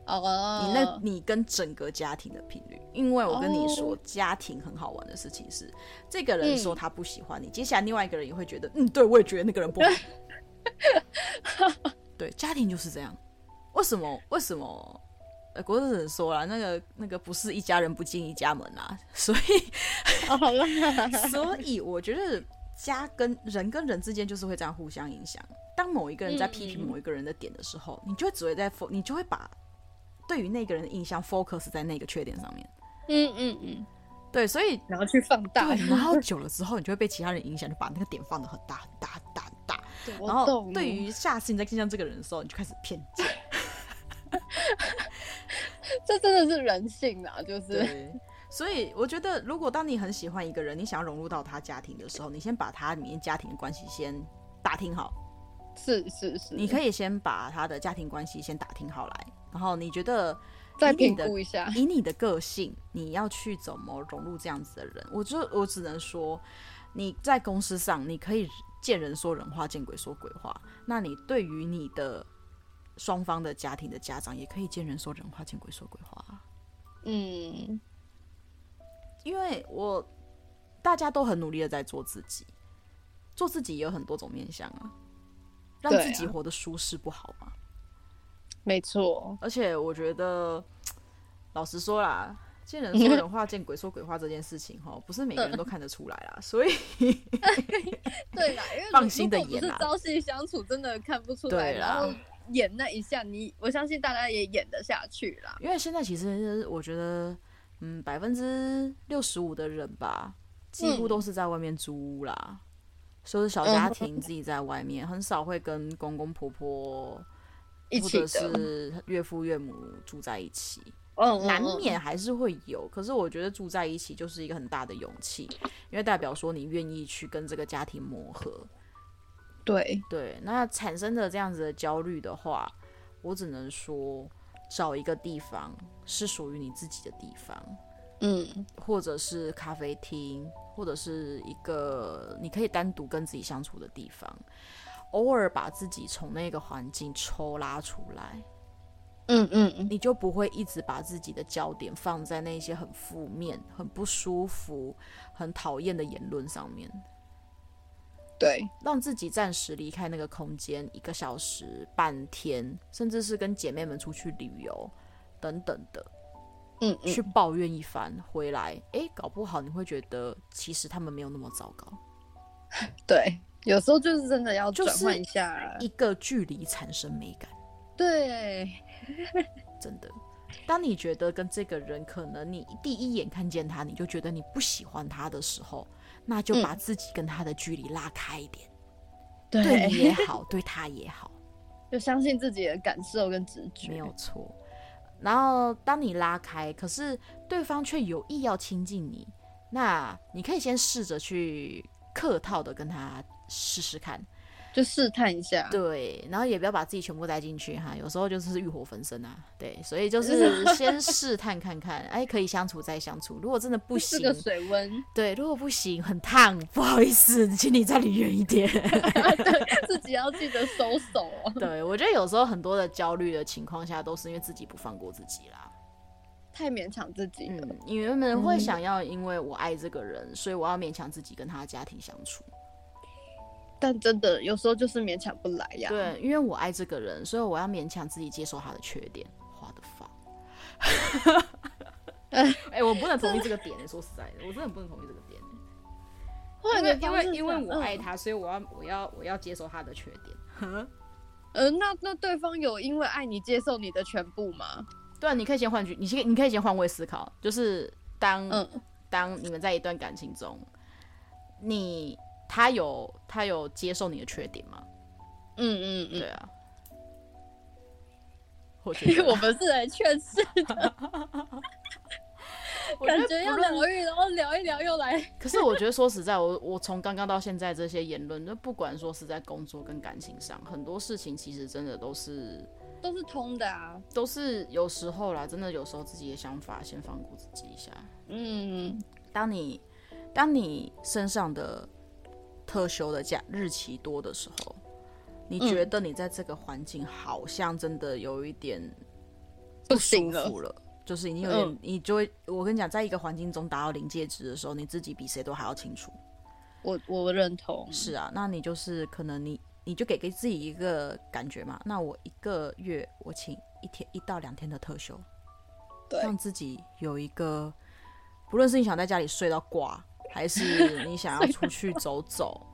Speaker 1: 哦，
Speaker 2: 你那你跟整个家庭的频率。因为我跟你说
Speaker 1: 哦，
Speaker 2: 家庭很好玩的事情是，这个人说他不喜欢你，接下来另外一个人也会觉得，嗯，对我也觉得那个人不好。对，家庭就是这样。为什么？为什么？呃，国政人说了，那个那个不是一家人不进一家门啊，所以
Speaker 1: 哦好啦，
Speaker 2: 所以我觉得家跟人跟人之间就是会这样互相影响。当某一个人在批评
Speaker 1: 嗯
Speaker 2: 某一个人的点的时候，你就会只会在 fo- 你就会把对于那个人的印象 focus 在那个缺点上面。
Speaker 1: 嗯嗯嗯，
Speaker 2: 对，所以嗯
Speaker 1: 然后去放大，
Speaker 2: 对，然后久了之后，你就会被其他人影响，就把那个点放的很大很大很大很大。
Speaker 1: 对
Speaker 2: 然
Speaker 1: 我
Speaker 2: 后
Speaker 1: 懂。
Speaker 2: 对于下次你再见到这个人的时候，你就开始偏见。
Speaker 1: 这真的是人性啊，就是
Speaker 2: 对，所以我觉得，如果当你很喜欢一个人，你想要融入到他家庭的时候，你先把他里面家庭的关系先打听好。
Speaker 1: 是是是，
Speaker 2: 你可
Speaker 1: 以
Speaker 2: 以先把他的家庭关系先打听好来，然后你觉得
Speaker 1: 再
Speaker 2: 以你
Speaker 1: 评
Speaker 2: 的
Speaker 1: 估一下，
Speaker 2: 以你的个性，你要去怎么融入这样子的人？我就我只能说，你在公司上你可以见人说人话，见鬼说鬼话。那你对于你的双方的家庭的家长，也可以见人说人话，见鬼说鬼话啊。
Speaker 1: 嗯，
Speaker 2: 因为我大家都很努力的在做自己，做自己也有很多种面向啊，让
Speaker 1: 对
Speaker 2: 自己
Speaker 1: 啊
Speaker 2: 活得舒适不好吗？
Speaker 1: 没错，
Speaker 2: 而且我觉得，老实说啦，见人说人话，见鬼说鬼话这件事情，哈，不是每个
Speaker 1: 嗯
Speaker 2: 人都看得出来啦。所以，
Speaker 1: 对啦，因为
Speaker 2: 放
Speaker 1: 如
Speaker 2: 心地
Speaker 1: 如果
Speaker 2: 演
Speaker 1: 不
Speaker 2: 啊
Speaker 1: 是朝夕相处，真的看不出来。
Speaker 2: 对啦
Speaker 1: 然后演那一下，你我相信大家也演得下去啦。
Speaker 2: 因为现在其实我觉得，嗯，百分之六十五的人吧，几
Speaker 1: 嗯
Speaker 2: 乎都是在外面租屋啦，就是小家庭自己在外面，很少会跟公公婆婆
Speaker 1: 一
Speaker 2: 或
Speaker 1: 起
Speaker 2: 者
Speaker 1: 的，
Speaker 2: 是岳父岳母住在一起。
Speaker 1: 嗯
Speaker 2: 难免啊还是会有，可是我觉得住在一起就是一个很大的勇气，因为代表说你愿意去跟这个家庭磨合。
Speaker 1: 对，
Speaker 2: 对，那产生的这样子的焦虑的话，我只能说找一个地方是属于你自己的地方，
Speaker 1: 嗯，
Speaker 2: 或者是咖啡厅，或者是一个你可以单独跟自己相处的地方，偶尔把自己从那个环境抽拉出来。
Speaker 1: 嗯嗯嗯，
Speaker 2: 你就不会一直把自己的焦点放在那些很负面、很不舒服、很讨厌的言论上面，
Speaker 1: 对，
Speaker 2: 让自己暂时离开那个空间一个小时、半天，甚至是跟姐妹们出去旅游等等的，
Speaker 1: 嗯嗯，
Speaker 2: 去抱怨一番，回来，诶，搞不好你会觉得其实他们没有那么糟糕。
Speaker 1: 对。有时候就是真的要
Speaker 2: 就
Speaker 1: 转换
Speaker 2: 是
Speaker 1: 一下啦，
Speaker 2: 一个距离产生美感。
Speaker 1: 对，
Speaker 2: 真的。当你觉得跟这个人可能你第一眼看见他，你就觉得你不喜欢他的时候，那
Speaker 1: 嗯
Speaker 2: 就把自己跟他的距离拉开 一点，对你
Speaker 1: 对，
Speaker 2: 也好，对他也好，
Speaker 1: 就相信自己的感受跟直觉。
Speaker 2: 没有错。然后当你拉开，可是对方却有意要亲近你，那你可以先试着去客套的跟他试试看，
Speaker 1: 就试探一下，
Speaker 2: 对，然后也不要把自己全部带进去哈，有时候就是欲火焚身啊。对，所以就是先试探看 看，哎，可以相处再相处。如果真的不
Speaker 1: 是
Speaker 2: 行，
Speaker 1: 个水温，
Speaker 2: 对，如果不行很烫，不好意思，请你再离远一 点。
Speaker 1: 自己要记得收手哦。
Speaker 2: 对，我觉得有时候很多的焦虑的情况下，都是因为自己不放过自己啦。
Speaker 1: 太勉强自己了，
Speaker 2: 嗯，你原本会
Speaker 1: 嗯
Speaker 2: 想要，因为我爱这个人，所以我要勉强自己跟他的家庭相处。
Speaker 1: 但真的有时候就是勉强不来呀。
Speaker 2: 对，因为我爱这个人，所以我要勉强自己接受他的缺点。花的发， 哎、我不能同意这个点、欸说实在的，我真的不能同意这个点、欸
Speaker 1: 换个方式想嗯
Speaker 2: 他，所以我要我要我要接受他的缺点。
Speaker 1: 呃，那那对方有因为爱你接受你的全部吗？
Speaker 2: 对，啊你可以先换句，你先你可以先换位思考，就是当、
Speaker 1: 嗯
Speaker 2: 当你们在一段感情中，你他有他有接受你的缺点吗？
Speaker 1: 嗯嗯
Speaker 2: 对
Speaker 1: 嗯，
Speaker 2: 啊， 我觉
Speaker 1: 因为
Speaker 2: 得
Speaker 1: 我们是来劝世，
Speaker 2: 我觉
Speaker 1: 感
Speaker 2: 得
Speaker 1: 觉
Speaker 2: 不
Speaker 1: 要
Speaker 2: 论
Speaker 1: 疗愈，然后聊一聊又来。
Speaker 2: 可是我觉得说实在，我我从刚刚到现在这些言论，就不管说是在工作跟感情上，很多事情其实真的都是
Speaker 1: 都是通的啊。
Speaker 2: 都是有时候啦，真的有时候自己的想法先放过自己一下。
Speaker 1: 嗯，
Speaker 2: 当你当你身上的特休的假日期多的时候，你
Speaker 1: 嗯
Speaker 2: 觉得你在这个环境好像真的有一点
Speaker 1: 不
Speaker 2: 舒
Speaker 1: 行了。
Speaker 2: 服了。就是已经有点，
Speaker 1: 嗯
Speaker 2: 你就会，我跟你讲，在一个环境中达到临界值的时候，你自己比谁都还要清楚。
Speaker 1: 我我认同，
Speaker 2: 是啊，那你就是可能你你就给给自己一个感觉嘛，那我一个月我请一天一到两天的特休，
Speaker 1: 对
Speaker 2: 让自己有一个，不论是你想在家里睡到挂，还是你想要 出去走走。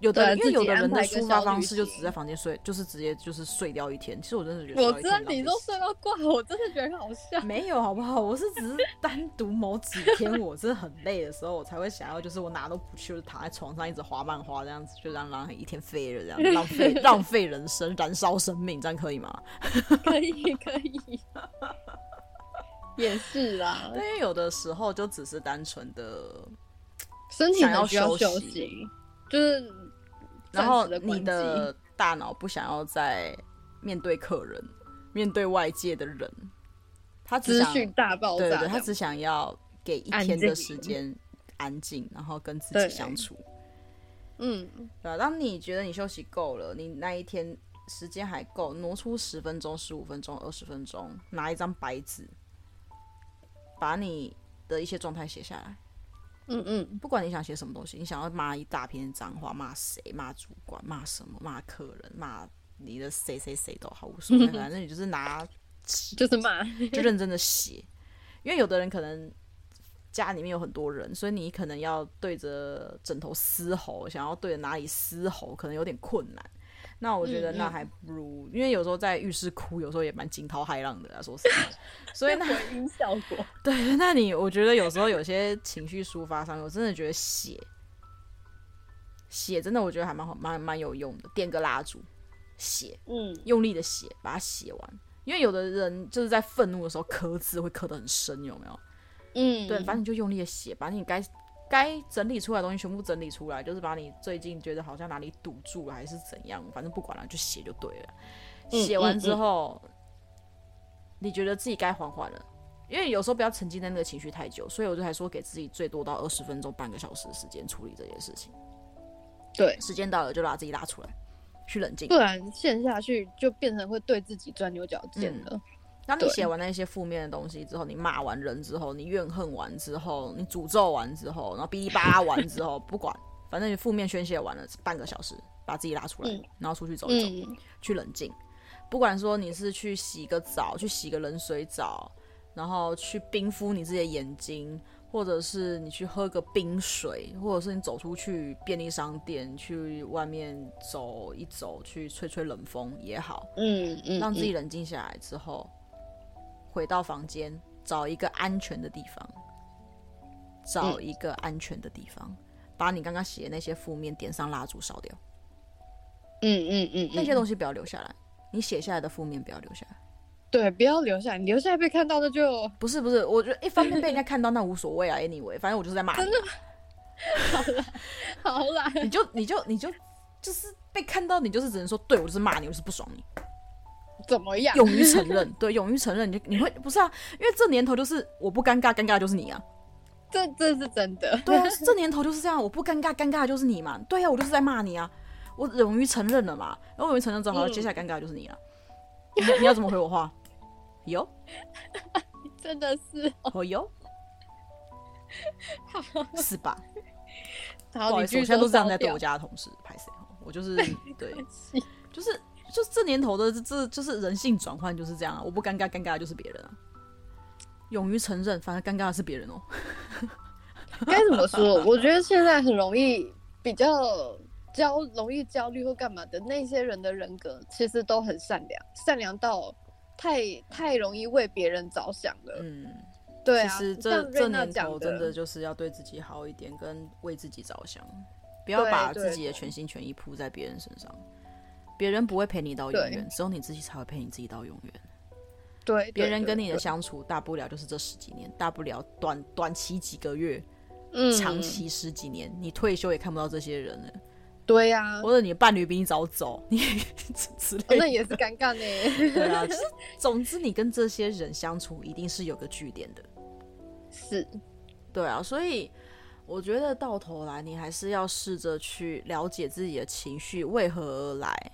Speaker 2: 有的
Speaker 1: 对啊
Speaker 2: 人，因为
Speaker 1: 自己
Speaker 2: 有的
Speaker 1: 安
Speaker 2: 人的
Speaker 1: 排一个
Speaker 2: 抒发
Speaker 1: 小
Speaker 2: 方
Speaker 1: 旅
Speaker 2: 式就
Speaker 1: 行
Speaker 2: 只在房间睡，就是直接就是睡掉一天。其实我真的觉得
Speaker 1: 我
Speaker 2: 睡
Speaker 1: 知
Speaker 2: 掉
Speaker 1: 道
Speaker 2: 一天
Speaker 1: 你
Speaker 2: 浪
Speaker 1: 都
Speaker 2: 费
Speaker 1: 睡到挂，我真的觉得很好 笑。
Speaker 2: 没有，好不好？我是只是单独某几天我真的很累的时候，我才会想要，就是我哪都不去，我就躺在床上一直滑漫画这样子，就让让一天废了这 样，浪费浪费人生，燃烧生命，这样可以吗？
Speaker 1: 可以可 以，也是啦
Speaker 2: 对，，因为有的时候就只是单纯的，
Speaker 1: 身体
Speaker 2: 想要
Speaker 1: 很需要
Speaker 2: 休
Speaker 1: 休
Speaker 2: 息
Speaker 1: 息，就是
Speaker 2: 然后
Speaker 1: 暂时关
Speaker 2: 你
Speaker 1: 机
Speaker 2: 的大脑不想要再面对客人，面对外界的人，他只
Speaker 1: 资
Speaker 2: 想
Speaker 1: 讯大爆炸
Speaker 2: 对
Speaker 1: 这
Speaker 2: 对，
Speaker 1: 样，
Speaker 2: 他只想要给一
Speaker 1: 安
Speaker 2: 天的
Speaker 1: 静
Speaker 2: 时间安静，然后跟自
Speaker 1: 对
Speaker 2: 己相处。
Speaker 1: 嗯，
Speaker 2: 对啊，当你觉得你休息够了，你那一天时间还够，挪出十分钟、十五分钟、二十分钟，拿一张白纸，把你的一些状态写下来。
Speaker 1: 嗯嗯，
Speaker 2: 不管你想写什么东西，你想要骂一大篇脏话，骂谁，骂主管，骂什么，骂客人，骂你的谁谁谁都好，无所谓，反正你就是拿
Speaker 1: 就是骂，
Speaker 2: 就认真的写，因为有的人可能家里面有很多人，所以你可能要对着枕头嘶吼，想要对着哪里嘶吼，可能有点困难。那我觉得
Speaker 1: 嗯嗯
Speaker 2: 那还不如，因为有时候在浴室哭，有时候也蛮惊涛骇浪的啊，说实话。所以那
Speaker 1: 回音效 果，
Speaker 2: 对，那你我觉得有时候有些情绪抒发上面，我真的觉得写写真的，我觉得还蛮好，蛮蛮有用的。点个蜡烛，写
Speaker 1: 嗯，
Speaker 2: 用力的写，把它写完。因为有的人就是在愤怒的时候刻字会刻得很深，有没有？
Speaker 1: 嗯，
Speaker 2: 对，反正你就用力的写，把你该该整理出来的东西全部整理出来，就是把你最近觉得好像哪里堵住了还是怎样，反正不管了，就写就对了。
Speaker 1: 嗯
Speaker 2: 写完之后，你觉得自己该缓缓了，因为有时候不要沉浸在那个情绪太久，所以我就还说给自己最多到二十分钟、半个小时的时间处理这些事情。
Speaker 1: 对，
Speaker 2: 时间到了就把自己拉出来，去冷静
Speaker 1: 不。然陷下去就变成会对自己钻牛角尖
Speaker 2: 嗯
Speaker 1: 了。
Speaker 2: 当你
Speaker 1: 对
Speaker 2: 写完那些负面的东西之后，你骂完人之后，你怨恨完之后，你诅咒完之后，然后哔哩吧啦完之后， 不管，反正你负面宣泄完了半个小时，把自己拉出来，
Speaker 1: 嗯
Speaker 2: 然后出去走一走，
Speaker 1: 嗯，
Speaker 2: 去冷静。不管说你是去洗个澡，去洗个冷水澡，然后去冰敷你自己的眼睛，或者是你去喝个冰水，或者是你走出去便利商店，去外面走一走，去吹吹冷风也好，
Speaker 1: 嗯嗯，
Speaker 2: 让自己
Speaker 1: 嗯
Speaker 2: 冷静下来之后，回到房间，找一个安全的地方，
Speaker 1: 嗯
Speaker 2: 找一个安全的地方，把你刚刚写的那些负面点上蜡烛烧掉，
Speaker 1: 嗯嗯嗯，嗯
Speaker 2: 那些东西不要留下来，你写下来的负面不要留下来。
Speaker 1: 对，不要留下来，你留下来被看到的就
Speaker 2: 不是不是，我觉得一方面被人 家看到那无所谓啊，anyway，反正我就是在骂你，啊
Speaker 1: 好啦。
Speaker 2: 你就你就你就就是被看到，你就是只能说对我就是骂你，我就是不爽 你。
Speaker 1: 怎么样？
Speaker 2: 勇于承认，对，勇于承认，你就你会不是啊？因为这年头就是我不尴尬，尴尬的就是你啊。
Speaker 1: 这这是真的。
Speaker 2: 对啊，这年头就是这样，我不尴尬，尴尬的就是你嘛。对啊，我就是在骂你啊，我勇于承认了嘛。然后勇于承认之后，好
Speaker 1: 嗯
Speaker 2: 接下来尴尬的就是你了。你你要怎么回我话？ 有，
Speaker 1: 真的是。
Speaker 2: 哦 有，是吧？不
Speaker 1: 好，
Speaker 2: 好意
Speaker 1: 你
Speaker 2: 思，我
Speaker 1: 继
Speaker 2: 现
Speaker 1: 续
Speaker 2: 在
Speaker 1: 说
Speaker 2: 都是这样
Speaker 1: 烧
Speaker 2: 在对
Speaker 1: 掉
Speaker 2: 我家的同事拍谁？我就是对，
Speaker 1: 是
Speaker 2: 就是就这年头的这这就是人性转换就是这样啊！我不尴尬，尴尬的就是别人啊。勇于承认，反而尴尬的是别人哦。
Speaker 1: 该怎么说？我觉得现在很容易比较焦，容易焦虑或干嘛的那些人的人格，其实都很善良，善良到太太容易为别人着想了。
Speaker 2: 嗯，
Speaker 1: 对
Speaker 2: 其
Speaker 1: 啊，
Speaker 2: 实
Speaker 1: 像
Speaker 2: 这
Speaker 1: 瑞
Speaker 2: 这
Speaker 1: 娜
Speaker 2: 年
Speaker 1: 讲
Speaker 2: 头真的就是要对自己好一点，跟为自己着想。不要
Speaker 1: 对
Speaker 2: 把
Speaker 1: 对
Speaker 2: 自己的全心全意扑在别人身上，别人不会陪你到永远，只有你自己才会陪你自己到永远。
Speaker 1: 对，
Speaker 2: 别
Speaker 1: 对
Speaker 2: 人
Speaker 1: 对
Speaker 2: 跟你的
Speaker 1: 对
Speaker 2: 相处，大不了就是这十几年，大不了短短期几个月，
Speaker 1: 嗯
Speaker 2: 长期十几年，你退休也看不到这些人了，
Speaker 1: 对呀、哦
Speaker 2: 或者你的伴侣比你早走，你 之类的。
Speaker 1: 那也是尴尬呢。
Speaker 2: 对啊，就是总之你跟这些人相处一定是有个据点的，
Speaker 1: 是，
Speaker 2: 对啊，所以我觉得到头来你还是要试着去了解自己的情绪为何而来，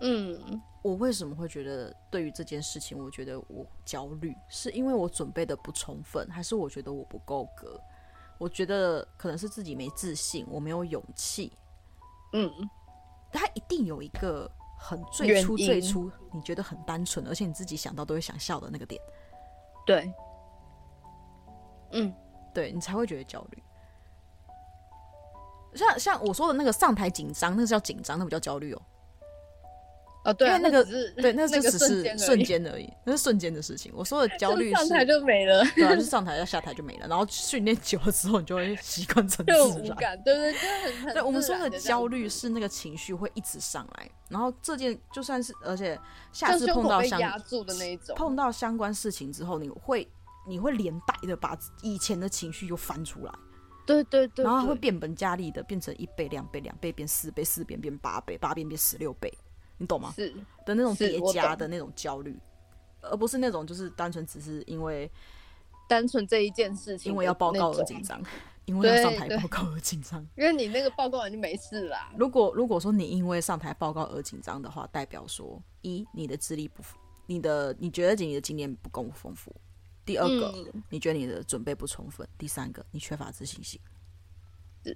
Speaker 1: 嗯，
Speaker 2: 我为什么会觉得对于这件事情，我觉得我焦虑，是因为我准备的不充分，还是我觉得我不够格？我觉得可能是自己没自信，我没有勇气。
Speaker 1: 嗯，
Speaker 2: 它一定有一个很最
Speaker 1: 原
Speaker 2: 初
Speaker 1: 因
Speaker 2: 最初你觉得很单纯，而且你自己想到都会想笑的那个点，
Speaker 1: 对，嗯，
Speaker 2: 对你才会觉得焦虑。像像我说的那个上台紧张，那个叫紧张，那不叫焦虑哦。
Speaker 1: 哦，对、啊，
Speaker 2: 因为那个
Speaker 1: 只是
Speaker 2: 对，那
Speaker 1: 那
Speaker 2: 就
Speaker 1: 个
Speaker 2: 只
Speaker 1: 瞬
Speaker 2: 是
Speaker 1: 间而已
Speaker 2: 瞬间而已，那是瞬间的事情。我说的焦虑
Speaker 1: 就是上台就没了，
Speaker 2: 对啊，就是上台要下台就没了。然后训练久了之后，你就会习惯成自
Speaker 1: 就很无
Speaker 2: 然。
Speaker 1: 感，对对，就很很
Speaker 2: 对，我们
Speaker 1: 自
Speaker 2: 说
Speaker 1: 然
Speaker 2: 的
Speaker 1: 地这样
Speaker 2: 焦虑是那个情绪会一直上来，然后这件就算是，而且下
Speaker 1: 像
Speaker 2: 次
Speaker 1: 胸
Speaker 2: 碰
Speaker 1: 口
Speaker 2: 到
Speaker 1: 被
Speaker 2: 相
Speaker 1: 压住的那一种，
Speaker 2: 碰到相关事情之后，你会你会连带的把以前的情绪又翻出来，
Speaker 1: 对对对
Speaker 2: 然后会
Speaker 1: 对
Speaker 2: 变本加厉的变成一倍、两倍、两倍变四倍、四倍变八倍、八倍变十六倍，你懂吗？
Speaker 1: 是，
Speaker 2: 的那种
Speaker 1: 是
Speaker 2: 叠
Speaker 1: 我
Speaker 2: 加
Speaker 1: 懂
Speaker 2: 的那种焦虑，而不是那种就是单纯只是因为
Speaker 1: 单纯这一件事情，
Speaker 2: 因为要报告而紧，张，因为要上台报告而紧张。
Speaker 1: 因为你那个报告完就没事啦，
Speaker 2: 如果如果说你因为上台报告而紧张的话，代表说一你的资历不符，你的你觉得你的经验不够丰富；第二个、
Speaker 1: 嗯
Speaker 2: 你觉得你的准备不充分；第三个你缺乏自信心
Speaker 1: 是，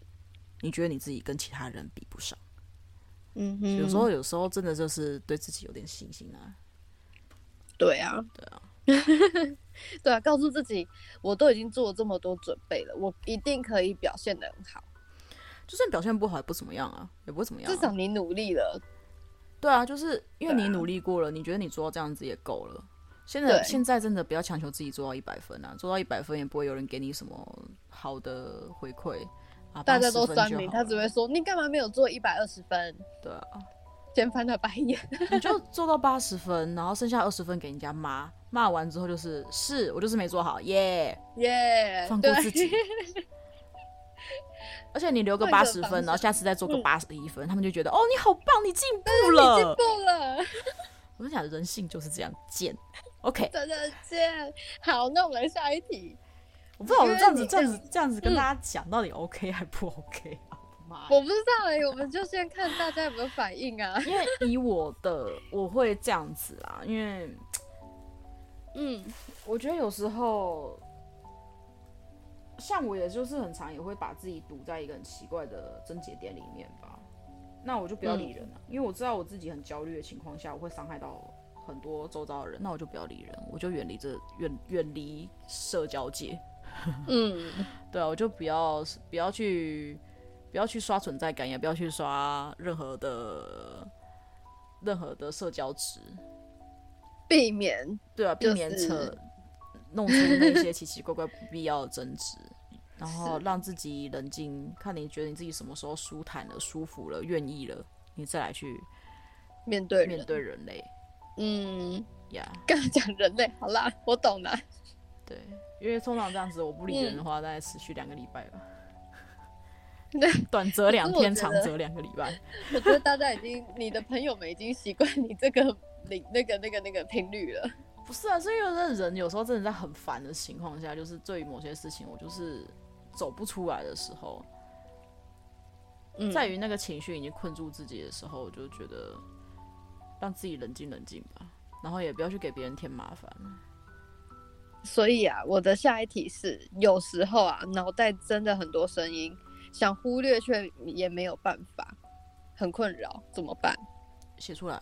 Speaker 2: 你觉得你自己跟其他人比不上。
Speaker 1: 嗯哼，
Speaker 2: 有时候有时候真的就是对自己有点信心啊。
Speaker 1: 对啊，对啊， 对啊，告诉自己，我都已经做了这么多准备了，我一定可以表现得很好，
Speaker 2: 就算表现不好也不怎么样啊，也不会怎么样啊、
Speaker 1: 至少你努力了，
Speaker 2: 对啊，就是因为
Speaker 1: 对啊
Speaker 2: 你努力过了，你觉得你做到这样子也够了。现在
Speaker 1: 对
Speaker 2: 现在真的不要强求自己做到一百分啊，做到一百分也不会有人给你什么好的回馈啊。
Speaker 1: 大家
Speaker 2: 80
Speaker 1: 都
Speaker 2: 分
Speaker 1: 酸
Speaker 2: 就
Speaker 1: 民，
Speaker 2: 好
Speaker 1: 他只
Speaker 2: 了
Speaker 1: 会说你干嘛没有做一百二十分，
Speaker 2: 对啊，
Speaker 1: 先翻他白眼，
Speaker 2: 你就做到八十分，然后剩下二十分给人家骂，骂完之后就是是我就是没做好耶
Speaker 1: 耶、
Speaker 2: 放过
Speaker 1: 对
Speaker 2: 自己。而且你留个
Speaker 1: 换个
Speaker 2: 八十
Speaker 1: 方
Speaker 2: 分，然后下次再做个
Speaker 1: 嗯
Speaker 2: 八十一分，他们就觉得哦你好棒，你进步了。
Speaker 1: 够了，
Speaker 2: 我跟你讲，人性就是这样贱。OK，
Speaker 1: 真的见。好，那我们来下一题，
Speaker 2: 我不知道我
Speaker 1: 因为
Speaker 2: 这样子
Speaker 1: 你
Speaker 2: 这样子这样子跟
Speaker 1: 嗯
Speaker 2: 大家讲，到底 OK 还不 OK 啊？妈呀！
Speaker 1: 我不知道哎、我们就先看大家有没有反应啊，
Speaker 2: 因为以我的我会这样子啦，因为
Speaker 1: 嗯，
Speaker 2: 我觉得有时候，像我也就是很常也会把自己堵在一个很奇怪的症结点里面吧。那我就不要理人了、啊因为我知道我自己很焦虑的情况下，我会伤害到很多周遭的人，那我就不要理人，我就远离这远远离社交界。
Speaker 1: 嗯，
Speaker 2: 对啊，我就不要不要去不要去刷存在感，也不要去刷任何的任何的社交值，
Speaker 1: 避免
Speaker 2: 对啊，
Speaker 1: 就
Speaker 2: 避免扯、
Speaker 1: 是
Speaker 2: 弄出那些奇奇怪怪不必要的争执，然后让自己冷静，看你觉得你自己什么时候舒坦了、舒服了、愿意了，你再来去
Speaker 1: 面对人，
Speaker 2: 面对人类
Speaker 1: 嗯，
Speaker 2: 呀。
Speaker 1: 刚刚讲人类，好啦，我懂 啦，
Speaker 2: 对，因为通常这样子，我不理人的话，大概持续两个礼拜吧。
Speaker 1: 对，
Speaker 2: 短则两
Speaker 1: 可是我
Speaker 2: 天，
Speaker 1: 觉
Speaker 2: 长
Speaker 1: 得
Speaker 2: 则两个礼拜。
Speaker 1: 我觉得大家已经，你的朋友们已经习惯你这个领那个那个那个频率了。
Speaker 2: 不是啊，是因为那人有时候真的在很烦的情况下，就是对于某些事情，我就是走不出来的时候，
Speaker 1: 嗯，
Speaker 2: 在于那个情绪已经困住自己的时候，我就觉得让自己冷静冷静吧，然后也不要去给别人添麻烦。
Speaker 1: 所以啊，我的下一题是，有时候啊，脑袋真的很多声音，想忽略却也没有办法，很困扰，怎么办？
Speaker 2: 写出来，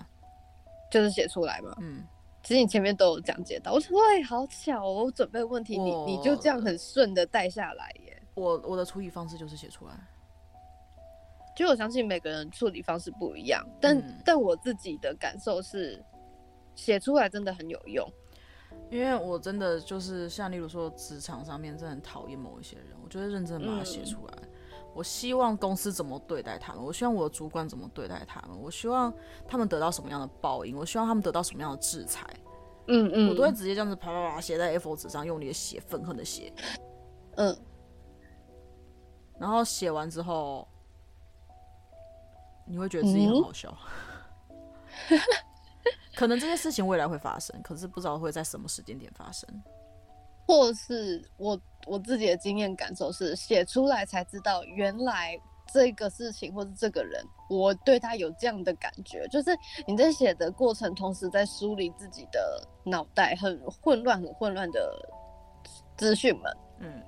Speaker 1: 就是写出来嘛。
Speaker 2: 嗯，
Speaker 1: 其实你前面都有讲解到，我想说，哎，好巧哦，我准备问题，你
Speaker 2: 我
Speaker 1: 你就这样很顺的带下来耶。
Speaker 2: 我我的处理方式就是写出来，
Speaker 1: 就我相信每个人处理方式不一样，但、
Speaker 2: 嗯
Speaker 1: 但我自己的感受是，写出来真的很有用。
Speaker 2: 因为我真的就是像例如说职场上面真的很讨厌某一些人，我就会认真地把它写出来。我我希望公司怎么对待他们，我希望我的主管怎么对待他们，我希望他们得到什么样的报应，我希望他们得到什么样的制裁，
Speaker 1: 嗯嗯，
Speaker 2: 我都会直接这样子啪啪啪写在 A4 纸上，用你的血愤恨的写，
Speaker 1: 嗯
Speaker 2: 然后写完之后，你会觉得自己很好笑。 可能这些事情未来会发生，可是不知道会在什么时间点发生。
Speaker 1: 或是我我自己的经验感受是，写出来才知道原来这个事情或是这个人，我对他有这样的感觉，就是你在写的过程，同时在梳理自己的脑袋，很混乱、很混乱的资讯们。
Speaker 2: 嗯，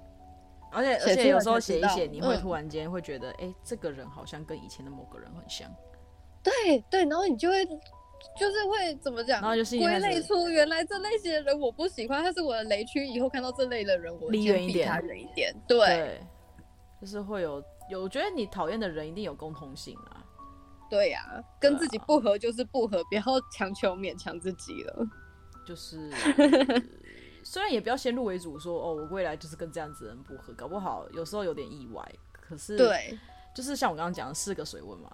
Speaker 2: 而且而
Speaker 1: 写出
Speaker 2: 且
Speaker 1: 来
Speaker 2: 有时候
Speaker 1: 才
Speaker 2: 写一
Speaker 1: 知道
Speaker 2: 写，你会
Speaker 1: 嗯
Speaker 2: 突然间会觉得，哎、这个人好像跟以前的某个人很像。
Speaker 1: 对对，然后你就会就是会怎么讲？
Speaker 2: 然后就是一开
Speaker 1: 归
Speaker 2: 始
Speaker 1: 类出原来这类型的人我不喜欢，他是我的雷区。以后看到这类的人，我
Speaker 2: 离
Speaker 1: 先
Speaker 2: 远一
Speaker 1: 避
Speaker 2: 点
Speaker 1: 他远一点。对
Speaker 2: 对，就是会有有，我觉得你讨厌的人一定有共同性啊。
Speaker 1: 对呀、跟自己
Speaker 2: 对啊
Speaker 1: 不合就是不合，不要强求勉强自己了。
Speaker 2: 就是 虽然也不要先入为主说，哦，我未来就是跟这样子的人不合，搞不好有时候有点意外。可是，，
Speaker 1: 对
Speaker 2: 就是像我刚刚讲的，是个水温嘛。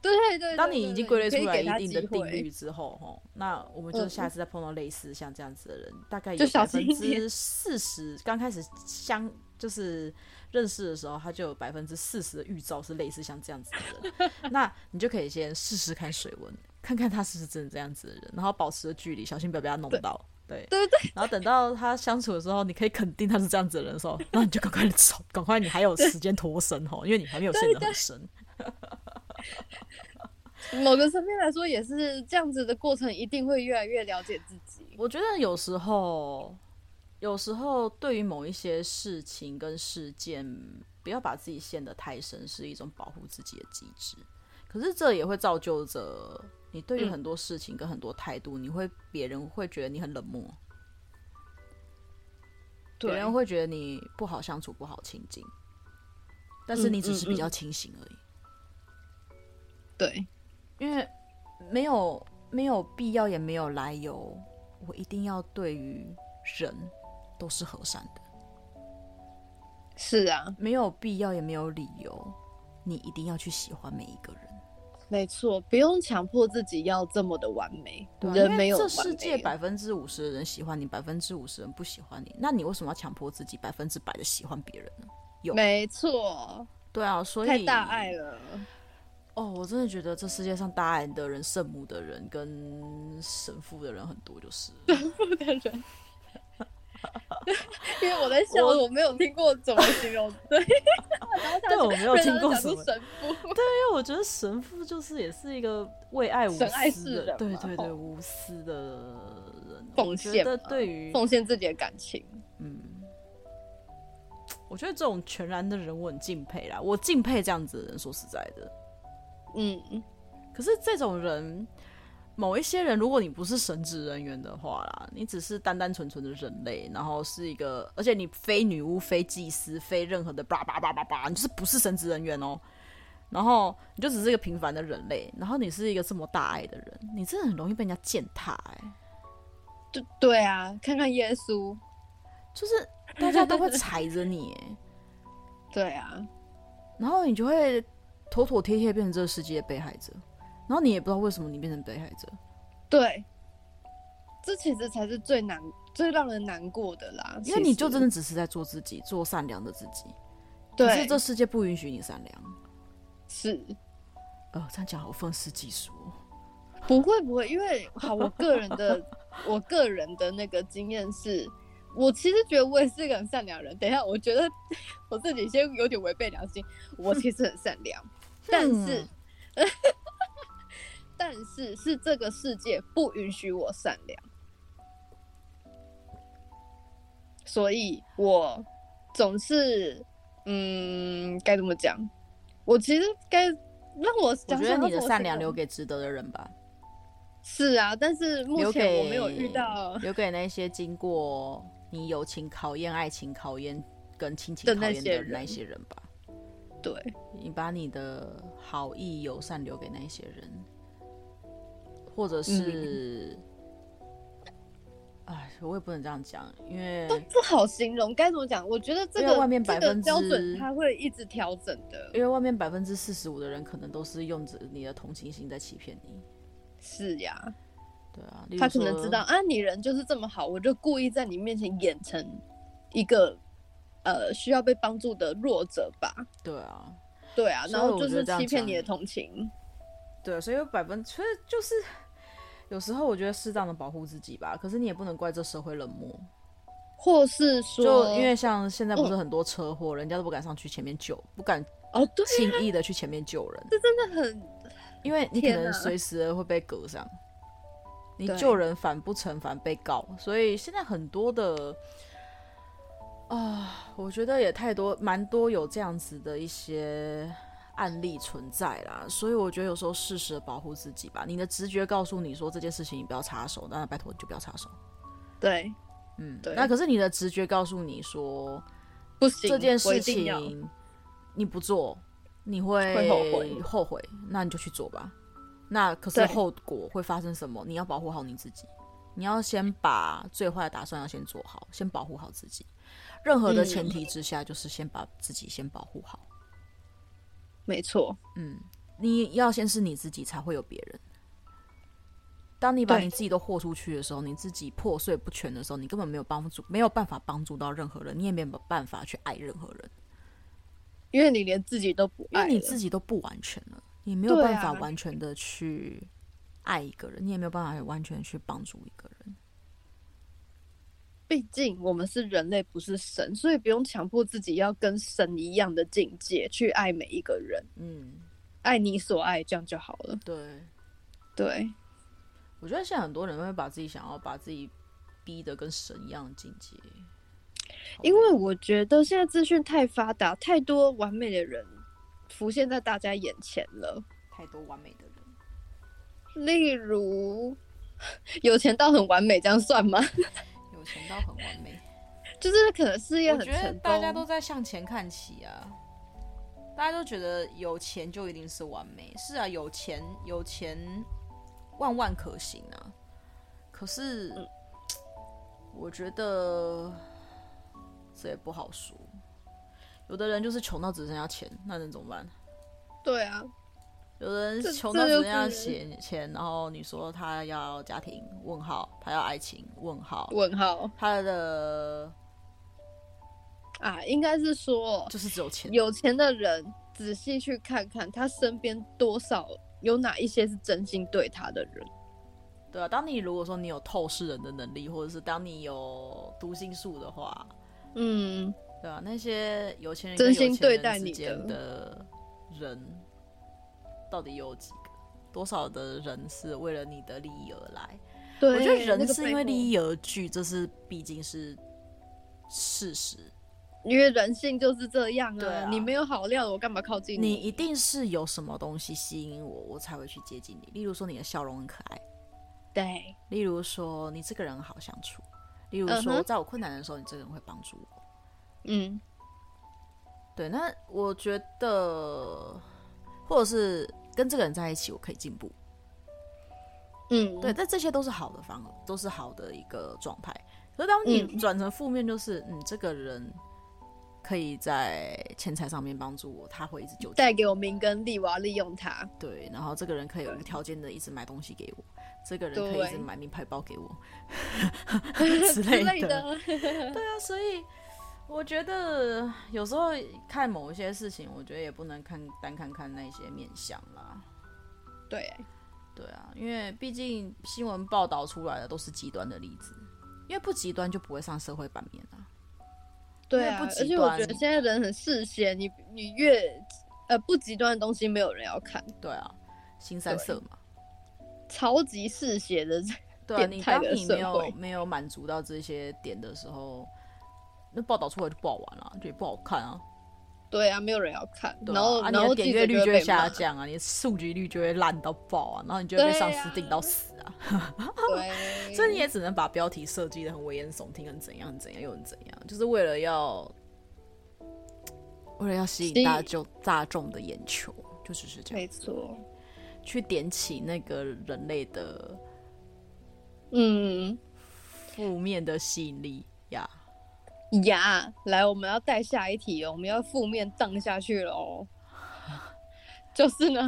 Speaker 1: 对对对，
Speaker 2: 当你已经归类出来一定的定
Speaker 1: 对，
Speaker 2: 律之后，吼，那我们就是
Speaker 1: 嗯
Speaker 2: 下次再碰到类似像这样子的人，大概有
Speaker 1: 就
Speaker 2: 百
Speaker 1: 小
Speaker 2: 分
Speaker 1: 心一点
Speaker 2: 之四十，刚开始相就是认识的时候，他就有百分之四十的预兆是类似像这样子的人，那你就可以先试试看水温，看看他是不是真的这样子的人，然后保持着距离，小心不要被他弄到。对，
Speaker 1: 对对对
Speaker 2: 然后等到他相处的时候，你可以肯定他是这样子的人的时候，那你就赶快地走，赶快你还有时间脱身吼，因为你还没有陷得很深。
Speaker 1: 某个层面来说也是这样子的过程，一定会越来越了解自己。
Speaker 2: 我觉得有时候，有时候对于某一些事情跟事件，不要把自己陷得太深，是一种保护自己的机制。可是这也会造就着你对于
Speaker 1: 嗯
Speaker 2: 很多事情跟很多态度，你会别人会觉得你很冷漠，别
Speaker 1: 对
Speaker 2: 人会觉得你不好相处、不好亲近。但是
Speaker 1: 嗯
Speaker 2: 你只是
Speaker 1: 嗯
Speaker 2: 比较清醒而已，
Speaker 1: 对，
Speaker 2: 因为没有没有必要，也没有来由，我一定要对于人都是和善的。
Speaker 1: 是啊，
Speaker 2: 没有必要，也没有理由，你一定要去喜欢每一个人。
Speaker 1: 没错，不用强迫自己要这么的完美，
Speaker 2: 啊
Speaker 1: 人
Speaker 2: 因为
Speaker 1: 没有
Speaker 2: 这
Speaker 1: 完
Speaker 2: 世界
Speaker 1: 美。
Speaker 2: 百分之五十的人喜欢你，百分之五十人不喜欢你，那你为什么要强迫自己百分之百的喜欢别人呢？有
Speaker 1: 没错，
Speaker 2: 对啊，所以
Speaker 1: 太大爱了。
Speaker 2: 哦！我真的觉得这世界上大爱的人、圣母的人跟神父的人很 多，就是了
Speaker 1: 不的 人，因为我在笑，
Speaker 2: 我
Speaker 1: 我没有听过怎么形 容。对，然后他
Speaker 2: 对我 没有听过
Speaker 1: 想
Speaker 2: 什么
Speaker 1: 出神父，
Speaker 2: 因为啊我觉得神父就是也是一个为爱无私的，
Speaker 1: 神爱世人嘛哦
Speaker 2: 对对对，
Speaker 1: 吼
Speaker 2: 无私的人。我
Speaker 1: 奉
Speaker 2: 觉
Speaker 1: 献
Speaker 2: 得
Speaker 1: 嘛
Speaker 2: 对于
Speaker 1: 奉献自己的感情。
Speaker 2: 嗯，我觉得这种全然的人我很敬佩啦，我敬佩这样子的人。说实在的，
Speaker 1: 嗯，
Speaker 2: 可是这种人，某一些人，如果你不是神职人员的话啦，你只是单单纯纯的人类，然后是一个，而且你非女巫、非祭司、非任何的叭叭叭叭叭，你就是不是神职人员哦。然后你就只是一个平凡的人类，然后你是一个这么大爱的人，你真的很容易被人家践踏哎、
Speaker 1: 对对啊，看看耶稣，
Speaker 2: 就是大家都会踩着你哎、
Speaker 1: 对啊，
Speaker 2: 然后你就会妥妥帖帖变成这个世界的被害者，然后你也不知道为什么你变成被害者。
Speaker 1: 对，这其实才是最难、最让人难过的啦。
Speaker 2: 因为你就真
Speaker 1: 的
Speaker 2: 的只是在做自己，做善良的自己。可是
Speaker 1: 对，
Speaker 2: 这世界不允许你善良。
Speaker 1: 是
Speaker 2: 呃，这样讲好愤世嫉俗哦。
Speaker 1: 不会不会，因为好，我个人的我个人的那个经验是，我其实觉得我也是一个很善良人。等一下，我觉得 我自己先有点违背良心，我其实很善良，但是
Speaker 2: 嗯，
Speaker 1: 但是是这个世界不允许我善良，所以我总是嗯，该怎么讲？我其实该让我
Speaker 2: 我
Speaker 1: 想
Speaker 2: 觉得
Speaker 1: 想
Speaker 2: 你的
Speaker 1: 要怎么
Speaker 2: 善
Speaker 1: 形
Speaker 2: 良
Speaker 1: 容
Speaker 2: 留给值得的人吧，
Speaker 1: 是啊，但是目
Speaker 2: 留
Speaker 1: 前
Speaker 2: 给
Speaker 1: 我没有遇到
Speaker 2: 留给那些经过你友情考验、爱情考验跟亲情
Speaker 1: 的
Speaker 2: 考
Speaker 1: 那
Speaker 2: 验
Speaker 1: 些
Speaker 2: 的那
Speaker 1: 人
Speaker 2: 些人吧。
Speaker 1: 对，
Speaker 2: 你把你的好意、友善留给那
Speaker 1: 嗯
Speaker 2: 些人，或者是、哎，我也不能这样讲，因为
Speaker 1: 都不好形容，该怎么讲？我觉得这
Speaker 2: 因为
Speaker 1: 个
Speaker 2: 外面
Speaker 1: 这
Speaker 2: 百分
Speaker 1: 个
Speaker 2: 之
Speaker 1: 标准它会一直调整的，
Speaker 2: 因为外面百分之四十五的人可能都是用着你的同情心在欺骗你。
Speaker 1: 是呀、
Speaker 2: 对啊，例如
Speaker 1: 他可能
Speaker 2: 说
Speaker 1: 知道啊，你人就是这么好，我就故意在你面前演成一个呃需要被帮助的弱者吧。
Speaker 2: 对啊，
Speaker 1: 对啊，
Speaker 2: 所以
Speaker 1: 然后
Speaker 2: 我
Speaker 1: 就
Speaker 2: 觉得
Speaker 1: 是
Speaker 2: 这样
Speaker 1: 欺骗
Speaker 2: 讲
Speaker 1: 你的同情。
Speaker 2: 对，所以有百分，所以就是有时候我觉得适当的保护自己吧，可是你也不能怪这社会冷漠，
Speaker 1: 或是说，
Speaker 2: 就因为像现在不是
Speaker 1: 嗯
Speaker 2: 很多车祸，人家都不敢上去前面救，不敢
Speaker 1: 哦，对，
Speaker 2: 轻易的去前面救人，
Speaker 1: 这真的很
Speaker 2: 因为你可
Speaker 1: 天
Speaker 2: 能
Speaker 1: 哪
Speaker 2: 随时会被隔 上。你
Speaker 1: 对
Speaker 2: 救人反不成反被告，所以现在很多的啊、我觉得也太多，蛮多有这样子的一些案例存在啦。所以我觉得有时候适时的保护自己吧，你的直觉告诉你说这件事情你不要插手，那拜托你就不要插手。
Speaker 1: 对，
Speaker 2: 嗯，
Speaker 1: 对
Speaker 2: 那可是你的直觉告诉你说
Speaker 1: 不行，
Speaker 2: 这件
Speaker 1: 我
Speaker 2: 事
Speaker 1: 一定要
Speaker 2: 情你不做，你会
Speaker 1: 会后悔
Speaker 2: 后悔那你就去做吧。那可是
Speaker 1: 对
Speaker 2: 后果会发生什么？你要保护好你自己，你要先把最坏的打算要先做好，先保护好自己。任何的
Speaker 1: 嗯
Speaker 2: 前提之下，就是先把自己先保护好。
Speaker 1: 没错，
Speaker 2: 嗯，你要先是你自己，才会有别人。当你把
Speaker 1: 对
Speaker 2: 你自己都豁出去的时候，你自己破碎不全的时候，你根本没有帮助，没有办法帮助到任何人，你也没有办法去爱任何人。
Speaker 1: 因为你连自己都不
Speaker 2: 因
Speaker 1: 爱
Speaker 2: 为你
Speaker 1: 了
Speaker 2: 自己都不完全了，你没有
Speaker 1: 对
Speaker 2: 办
Speaker 1: 啊
Speaker 2: 法完全的去爱一个人，你也没有办法完全去帮助一个人。
Speaker 1: 毕竟我们是人类，不是神，所以不用强迫自己要跟神一样的境界去爱每一个人，
Speaker 2: 嗯，
Speaker 1: 爱你所爱，这样就好了。
Speaker 2: 对，
Speaker 1: 对，
Speaker 2: 我觉得现在很多人会把自己想要把自己逼得跟神一样的境界，好
Speaker 1: 因
Speaker 2: 累
Speaker 1: 为我觉得现在资讯太发达，太多完美的人浮现在大家眼前了。
Speaker 2: 太多完美的人，
Speaker 1: 例如， 有钱到很完美，这样算吗？
Speaker 2: 有钱到很完美，
Speaker 1: 就是可能事业
Speaker 2: 我
Speaker 1: 很
Speaker 2: 觉得
Speaker 1: 成
Speaker 2: 大家都
Speaker 1: 功，
Speaker 2: 在向前看齐啊。大家都觉得有钱就一定是完美，是啊，有钱有钱万万可行啊。可是、
Speaker 1: 嗯
Speaker 2: 我觉得这也不好说。有的人就是穷到只剩下钱，那能怎么办？
Speaker 1: 对啊，
Speaker 2: 有的人
Speaker 1: 这
Speaker 2: 穷
Speaker 1: 这
Speaker 2: 到只
Speaker 1: 就
Speaker 2: 剩下
Speaker 1: 是
Speaker 2: 钱钱，然后你说他要家庭问号，他要爱情问号，
Speaker 1: 问号
Speaker 2: 他的
Speaker 1: 啊，应该是说
Speaker 2: 就是只有钱。
Speaker 1: 有钱的人仔细去看看他身边多少有哪一些是真心对他的人。
Speaker 2: 对啊，当你如果说你有透视人的能力，或者是当你有读心术的话，
Speaker 1: 嗯，
Speaker 2: 对啊，那些有钱人
Speaker 1: 真
Speaker 2: 跟有
Speaker 1: 心
Speaker 2: 钱人
Speaker 1: 对待你
Speaker 2: 之间
Speaker 1: 的
Speaker 2: 的人，到底有几个？多少的人是为了你的利益而来？
Speaker 1: 对，
Speaker 2: 我觉得人
Speaker 1: 那个
Speaker 2: 是因为
Speaker 1: 背后
Speaker 2: 利益而聚，这是毕竟是事实。
Speaker 1: 因为人性就是这样
Speaker 2: 对
Speaker 1: 啊，
Speaker 2: 啊
Speaker 1: 你没有好料，我干嘛靠近
Speaker 2: 你一定是有什么东西吸引我，我才会去接近你。例如说你的笑容很可爱，
Speaker 1: 对，
Speaker 2: 例如说你这个人很好相处，例如
Speaker 1: 嗯
Speaker 2: 说
Speaker 1: 哼
Speaker 2: 在我困难的时候，你这个人会帮助我。
Speaker 1: 嗯，
Speaker 2: 对，那我觉得，或者是跟这个人在一起，我可以进步。
Speaker 1: 嗯，
Speaker 2: 对，，但这些都是好的方，都是好的一个状态。可是当你
Speaker 1: 嗯
Speaker 2: 转成负面，就是嗯这个人可以在钱财上面帮助我，他会一直纠结
Speaker 1: 带给我名跟利，我要利用它。
Speaker 2: 对，然后这个人可以无条件的一直买东西给我，这个人可以一直
Speaker 1: 对
Speaker 2: 买名牌 包给我 之类
Speaker 1: 类
Speaker 2: 的。
Speaker 1: 的，
Speaker 2: 啊所以我觉得有时候看某一些事情，我觉得也不能看单看看那些面相啦。
Speaker 1: 对，
Speaker 2: 对啊，因为毕竟新闻报道出来的都是极端的例子，因为不极端就不会上社会版面啊。
Speaker 1: 对啊，
Speaker 2: 因为不
Speaker 1: 而
Speaker 2: 极
Speaker 1: 且
Speaker 2: 端
Speaker 1: 我觉得现在人很嗜血，你你越呃不极端的东西，没有人要看，
Speaker 2: 对啊，新三
Speaker 1: 对
Speaker 2: 色嘛。
Speaker 1: 超级嗜血的，
Speaker 2: 对啊，
Speaker 1: 变
Speaker 2: 你
Speaker 1: 态
Speaker 2: 当
Speaker 1: 的
Speaker 2: 你
Speaker 1: 社
Speaker 2: 没有
Speaker 1: 会
Speaker 2: 没有满足到这些点的时候，那报道出来就不好玩了、就也不好看啊。
Speaker 1: 对啊，没有人要看，
Speaker 2: 对啊
Speaker 1: 然后
Speaker 2: 啊、
Speaker 1: 然
Speaker 2: 你
Speaker 1: 后
Speaker 2: 的
Speaker 1: 记
Speaker 2: 点
Speaker 1: 者
Speaker 2: 阅率就会
Speaker 1: 被骂
Speaker 2: 下，降啊，你的数据率就会烂到爆啊，然后你就会被
Speaker 1: 对
Speaker 2: 上
Speaker 1: 啊
Speaker 2: 司定到死啊。
Speaker 1: 对，
Speaker 2: 所以你也只能把标题设计的很危言耸听，很怎样很怎样又很怎样，就是为了要为了要吸
Speaker 1: 吸
Speaker 2: 引
Speaker 1: 引
Speaker 2: 大众大众的眼球，就只是这
Speaker 1: 没
Speaker 2: 样子，
Speaker 1: 错，
Speaker 2: 去点起那个人类的
Speaker 1: 嗯，
Speaker 2: 负面的吸引力呀。
Speaker 1: 呀，来，我们要带下一题哦，我们要负面荡下去了哦。 就是呢，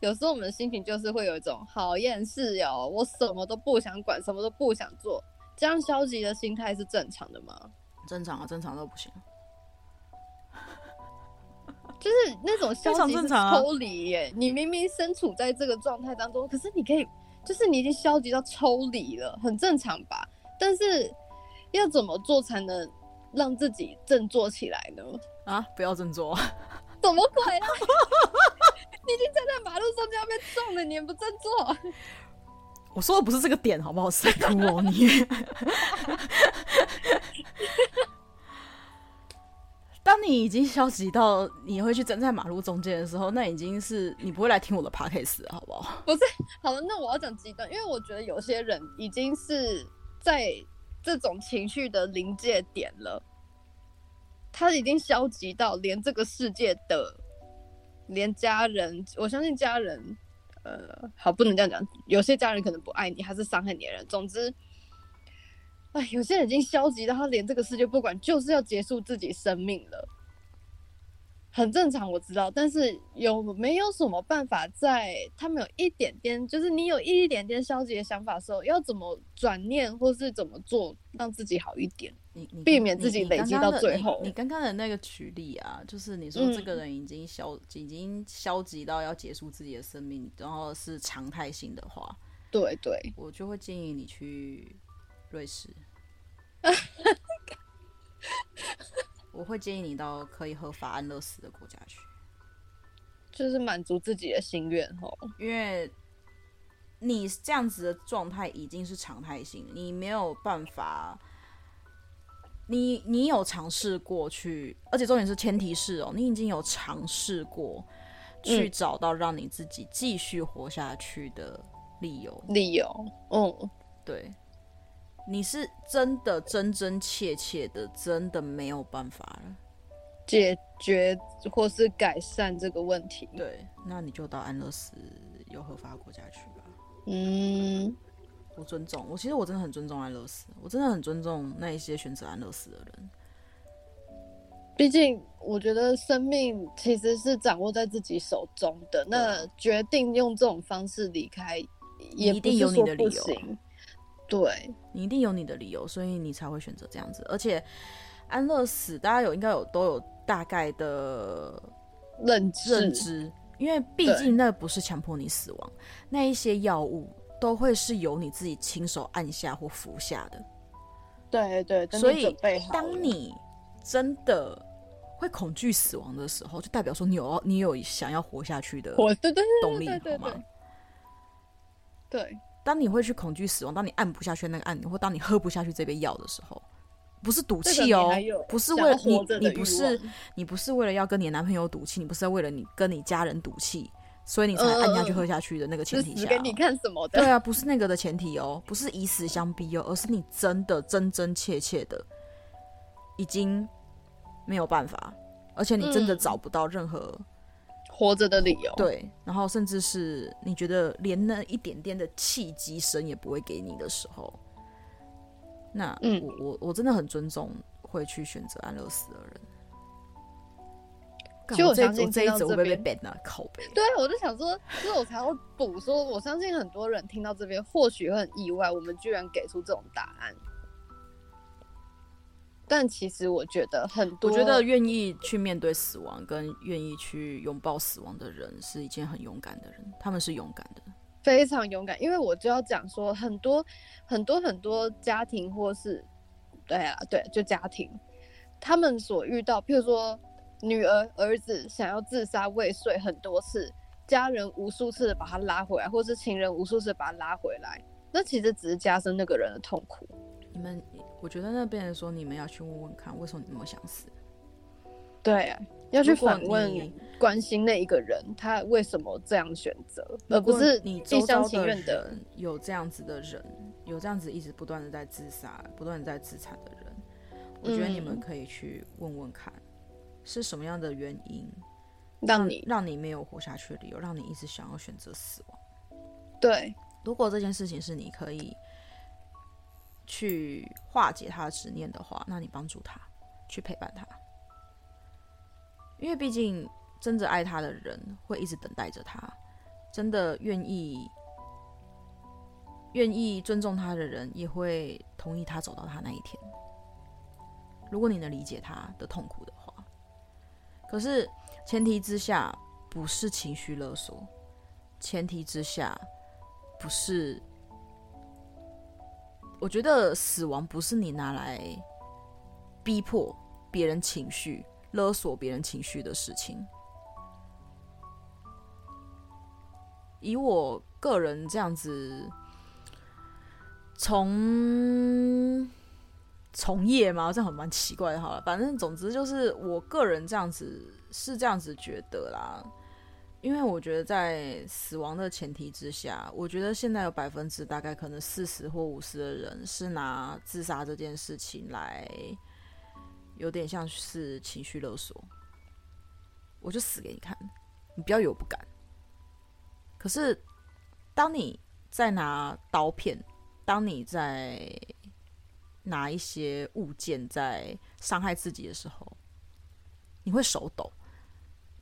Speaker 1: 有时候我们的心情就是会有一种好厌世哦，我什么都不想管，什么都不想做，这样消极的心态是正常的吗？
Speaker 2: 正常啊，正常都不行。
Speaker 1: 就是那种消极
Speaker 2: 非常
Speaker 1: 是
Speaker 2: 正常啊
Speaker 1: 抽离耶，你明明身处在这个状态当中，可是你可以，就是你已经消极到抽离了，很正常吧？但是要怎么做才能让自己振作起来呢？
Speaker 2: 啊，不要振作，
Speaker 1: 怎么鬼 啦？你已经站在马路上就要被撞了，你也不振作？
Speaker 2: 我说的不是这个点，好不好？是在哭哦，你。 当你已经消极到你会去站在马路中间的时候，那已经是你不会来听我的 podcast 了好不好？
Speaker 1: 好了，那我要讲极端，因为我觉得有些人已经是在这种情绪的临界点了，他已经消极到连这个世界的，连家人，我相信家人，呃，好，不能这样讲，有些家人可能不爱你，还是伤害你的人，总之。哎，有些人已经消极到他连这个世界不管，就是要结束自己生命了，很正常，我知道。但是有没有什么办法在他们有一点点，就是你有一点点消极的想法的时候，要怎么转念，或是怎么做，让自己好一点？
Speaker 2: 你你
Speaker 1: 避免自己
Speaker 2: 你你
Speaker 1: 累积
Speaker 2: 刚刚
Speaker 1: 到
Speaker 2: 的
Speaker 1: 最
Speaker 2: 你
Speaker 1: 后
Speaker 2: 你刚刚的那个举例啊，就是你说
Speaker 1: 嗯
Speaker 2: 这个人已经消、已经消极到要结束自己的生命，然后是常态性的话，
Speaker 1: 对对，
Speaker 2: 我就会建议你去瑞士。 我会建议你到可以合法安乐死的国家去，
Speaker 1: 就是满足自己的心愿吼。
Speaker 2: 因为你这样子的状态已经是常态性，你没有办法。你你有尝试过去，而且重点是前提是哦，你已经有尝试过去
Speaker 1: 嗯
Speaker 2: 找到让你自己继续活下去的理由，
Speaker 1: 理由，嗯，
Speaker 2: 对，你是真的真真切切的，真的没有办法了。
Speaker 1: 解决或是改善这个问题。
Speaker 2: 对，那你就到安乐死有合法国家去吧。
Speaker 1: 嗯，
Speaker 2: 我尊重，我其实我真的很尊重安乐死，我真的很尊重那一些选择安乐死的人。
Speaker 1: 毕竟我觉得生命其实是掌握在自己手中的，那决定用这种方式离开，也
Speaker 2: 一
Speaker 1: 不
Speaker 2: 定
Speaker 1: 是
Speaker 2: 啊有你
Speaker 1: 说
Speaker 2: 的
Speaker 1: 不
Speaker 2: 理由啊
Speaker 1: 行。对，
Speaker 2: 你一定有你的理由，所以你才会选择这样子。而且安乐死，大家有应该有都有大概的
Speaker 1: 认知，
Speaker 2: 认知，因为毕
Speaker 1: 对
Speaker 2: 竟那不是强迫你死亡，那一些药物都会是由你自己亲手按下或服下的。
Speaker 1: 对对，等你
Speaker 2: 所以
Speaker 1: 准备好，
Speaker 2: 当你真的会恐惧死亡的时候，就代表说你有你有想要活下去的
Speaker 1: 我对对
Speaker 2: 动
Speaker 1: 对
Speaker 2: 力，
Speaker 1: 对
Speaker 2: 好
Speaker 1: 对
Speaker 2: 吗
Speaker 1: 对？对，
Speaker 2: 当你会去恐惧死亡，当你按不下去那个按钮，或当你喝不下去这杯药的时候，不是赌
Speaker 1: 这个
Speaker 2: 气
Speaker 1: 你
Speaker 2: 哦
Speaker 1: 还有，
Speaker 2: 不是
Speaker 1: 想
Speaker 2: 为了
Speaker 1: 要
Speaker 2: 你
Speaker 1: 活着，
Speaker 2: 你
Speaker 1: 的
Speaker 2: 不
Speaker 1: 欲
Speaker 2: 是
Speaker 1: 望
Speaker 2: 你不是为了要跟你的男朋友赌气，你不是为了你跟你家人赌气，所以你才按下
Speaker 1: 嗯
Speaker 2: 去
Speaker 1: 嗯嗯
Speaker 2: 喝下去的那个前
Speaker 1: 是
Speaker 2: 提
Speaker 1: 死
Speaker 2: 下、
Speaker 1: 给
Speaker 2: 哦。
Speaker 1: 你看什么
Speaker 2: 对
Speaker 1: 的，
Speaker 2: 啊，不是那个的前提哦，不是以死相逼哦，而是你真的真真切切的已经没有办法，而且你真的
Speaker 1: 嗯哦
Speaker 2: 找不到任何、
Speaker 1: 活着的理由。
Speaker 2: 对，然后甚至是你觉得连那一点点的契机神也不会给你的时候，那
Speaker 1: 嗯
Speaker 2: 我我我真的很尊重会去选择安乐死的人。干
Speaker 1: 其实我
Speaker 2: 这一
Speaker 1: 相信
Speaker 2: 我这一
Speaker 1: 听到
Speaker 2: 集会
Speaker 1: 这
Speaker 2: 不会被
Speaker 1: 边
Speaker 2: ban 啊？靠背。
Speaker 1: 对，我就想说，所以我才要补说，我相信很多人听到这边或许会很意外，我们居然给出这种答案。但其实我觉得很多，
Speaker 2: 我觉得愿意去面对死亡，跟愿意去拥抱死亡的人，是一件很勇敢的人。他们是勇敢的，
Speaker 1: 非常勇敢，因为我就要讲说，很多很多很多家庭或是，对啊，对，就家庭，他们所遇到，譬如说女儿、儿子想要自杀未遂很多次，家人无数次的把他拉回来，或是情人无数次地把他拉回来，那其实只是加深那个人的痛苦。
Speaker 2: 你们，我觉得那边人说你们要去问问看，为什么你们想死？
Speaker 1: 对啊，要去
Speaker 2: 如果
Speaker 1: 反问
Speaker 2: 你
Speaker 1: 关心那一个人，他为什么这样选择，而
Speaker 2: 如
Speaker 1: 呃不
Speaker 2: 果
Speaker 1: 是
Speaker 2: 你
Speaker 1: 一
Speaker 2: 周
Speaker 1: 厢
Speaker 2: 遭
Speaker 1: 情
Speaker 2: 的
Speaker 1: 愿的。
Speaker 2: 人有这样子的人，有这样子一直不断的在自杀、不断的在自残的人，我觉得你们
Speaker 1: 嗯
Speaker 2: 可以去问问看，是什么样的原因
Speaker 1: 让你
Speaker 2: 让你没有活下去的理由，让你一直想要选择死亡。
Speaker 1: 对
Speaker 2: 如果这件事情是你可以去化解他的执念的话，那你帮助他，去陪伴他，因为毕竟真正爱他的人会一直等待着他，真的愿意愿意尊重他的人也会同意他走到他那一天。如果你能理解他的痛苦的话，可是前提之下不是情绪勒索，前提之下不是我觉得死亡不是你拿来逼迫别人情绪、勒索别人情绪的事情。以我个人这样子，从从业嘛，这样很蛮奇怪的。好了，反正总之就是我个人这样子是这样子觉得啦，因为我觉得在死亡的前提之下，我觉得现在有百分之大概可能四十或五十的人是拿自杀这件事情来，有点像是情绪勒索，我就死给你看，你不要以为我不敢。可是，当你在拿刀片，当你在拿一些物件在伤害自己的时候，你会手抖，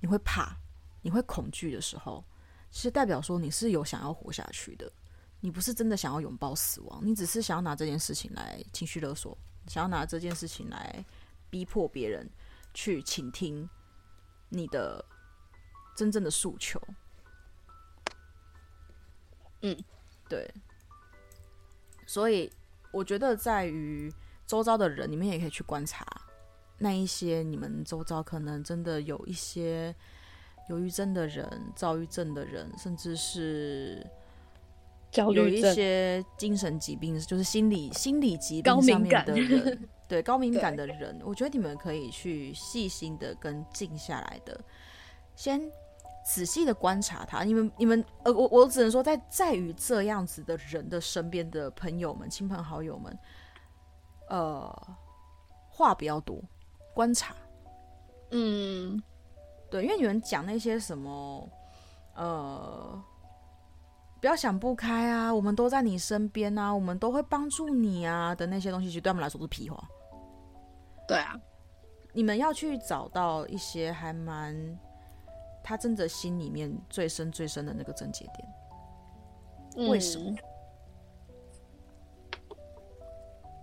Speaker 2: 你会怕，你会恐惧的时候，其实代表说你是有想要活下去的，你不是真的想要拥抱死亡，你只是想要拿这件事情来情绪勒索，想要拿这件事情来逼迫别人去倾听你的真正的诉求。
Speaker 1: 嗯，
Speaker 2: 对，所以我觉得在于周遭的人，你们也可以去观察那一些你们周遭可能真的有一些忧郁症的人、躁郁症的人，甚至是
Speaker 1: 焦
Speaker 2: 有
Speaker 1: 虑
Speaker 2: 一
Speaker 1: 症，
Speaker 2: 些精神疾病，就是心理心理疾
Speaker 1: 高
Speaker 2: 病上
Speaker 1: 敏
Speaker 2: 面
Speaker 1: 感
Speaker 2: 的人，对高敏
Speaker 1: 对
Speaker 2: 感的人，我觉得你们可以去细心的跟静下来的，先仔细的观察他。你们你们呃，我我只能说在，在于这样子的人的身边的朋友们、亲朋好友们，呃，话不要多，观察。
Speaker 1: 嗯，
Speaker 2: 对，因为你们讲那些什么，呃，不要想不开啊，我们都在你身边啊，我们都会帮助你啊的那些东西，其实对他们来说都是屁话。
Speaker 1: 对啊，
Speaker 2: 你们要去找到一些还蛮他真的心里面最深最深的那个症结点。为什
Speaker 1: 么？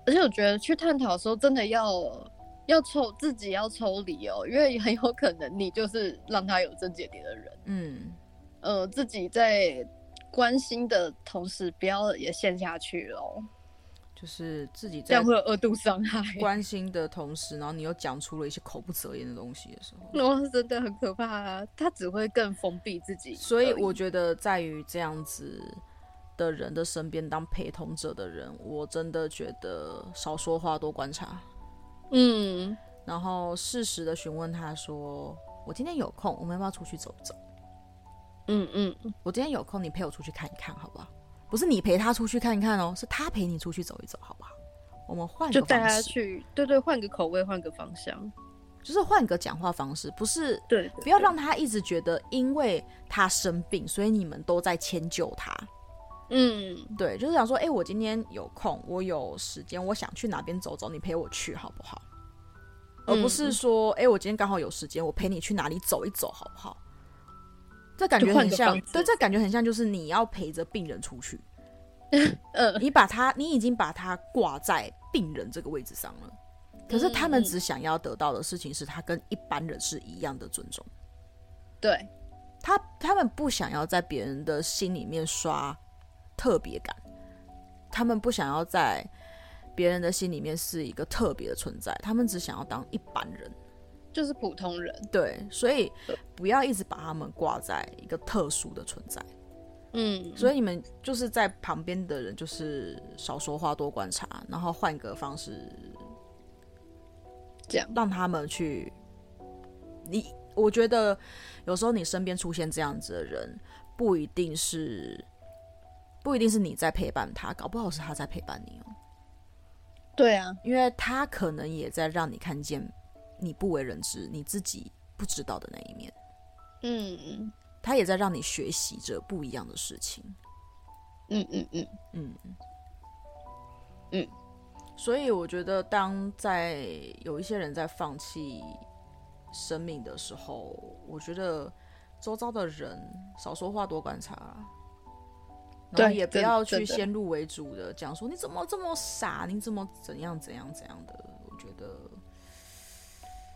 Speaker 1: 而且我觉得去探讨的时候，真的要要抽自己要抽离哦，因为很有可能你就是让他有症结点的人。
Speaker 2: 嗯，
Speaker 1: 呃，自己在关心的同时，不要也陷下去哦，
Speaker 2: 就是自己
Speaker 1: 这
Speaker 2: 在
Speaker 1: 样会有二度伤害。
Speaker 2: 关心的同时，然后你又讲出了一些口不择言的东西的时候，
Speaker 1: 哇，真的很可怕啊！他只会更封闭自己而已。
Speaker 2: 所以我觉得，在于这样子的人的身边当陪同者的人，我真的觉得少说话，多观察，
Speaker 1: 嗯，
Speaker 2: 然后适时的询问他说：“我今天有空，我们要不要出去走走？
Speaker 1: 嗯嗯，
Speaker 2: 我今天有空，你陪我出去看一看，好不好？不是你陪他出去看一看哦，是他陪你出去走一走，好不好？我们换
Speaker 1: 就
Speaker 2: 个
Speaker 1: 带
Speaker 2: 方
Speaker 1: 他
Speaker 2: 式，
Speaker 1: 去，对对，换个口味，换个方向，
Speaker 2: 就是换个讲话方式，不是
Speaker 1: 对，对
Speaker 2: 不要
Speaker 1: 对
Speaker 2: 让他一直觉得因为他生病，所以你们都在迁就他。”
Speaker 1: 嗯
Speaker 2: 对，就是想说，哎、我今天有空，我有时间，我想去哪边走走，你陪我去好不好？而不
Speaker 1: 嗯
Speaker 2: 是说，哎、我今天刚好有时间，我陪你去哪里走一走好不好？这感
Speaker 1: 就
Speaker 2: 觉
Speaker 1: 换
Speaker 2: 很
Speaker 1: 个
Speaker 2: 像
Speaker 1: 方，
Speaker 2: 对，
Speaker 1: 式
Speaker 2: 这感觉很像，就是你要陪着病人出 去，
Speaker 1: 呃，
Speaker 2: 你把他，你已经把他挂在病人这个位置上了。可是他
Speaker 1: 嗯
Speaker 2: 们
Speaker 1: 嗯
Speaker 2: 只想要得到的事情是他跟一般人是一样的尊重，
Speaker 1: 对，
Speaker 2: 他他们不想要在别人的心里面刷特别感，他们不想要在别人的心里面是一个特别的存在，他们只想要当一般人。
Speaker 1: 就是普通人，
Speaker 2: 对，所以不要一直把他们挂在一个特殊的存在。
Speaker 1: 嗯，
Speaker 2: 所以你们就是在旁边的人，就是少说话，多观察，然后换个方式
Speaker 1: 这样，
Speaker 2: 让他们去。你我觉得有时候你身边出现这样子的人，不一定是不一定是你在陪伴他，搞不好是他在陪伴你哦，
Speaker 1: 对啊，
Speaker 2: 因为他可能也在让你看见你不为人知、你自己不知道的那一面，
Speaker 1: 嗯嗯
Speaker 2: 他也在让你学习着不一样的事情。
Speaker 1: 嗯嗯嗯，
Speaker 2: 嗯
Speaker 1: 嗯，
Speaker 2: 所以我觉得，当在有一些人在放弃生命的时候，我觉得周遭的人少说话，多观察啊，然后
Speaker 1: 对
Speaker 2: 也不
Speaker 1: 真
Speaker 2: 要
Speaker 1: 真
Speaker 2: 去
Speaker 1: 的
Speaker 2: 先入为主的讲说你怎么这么傻，你怎么怎样怎样怎样的。我觉得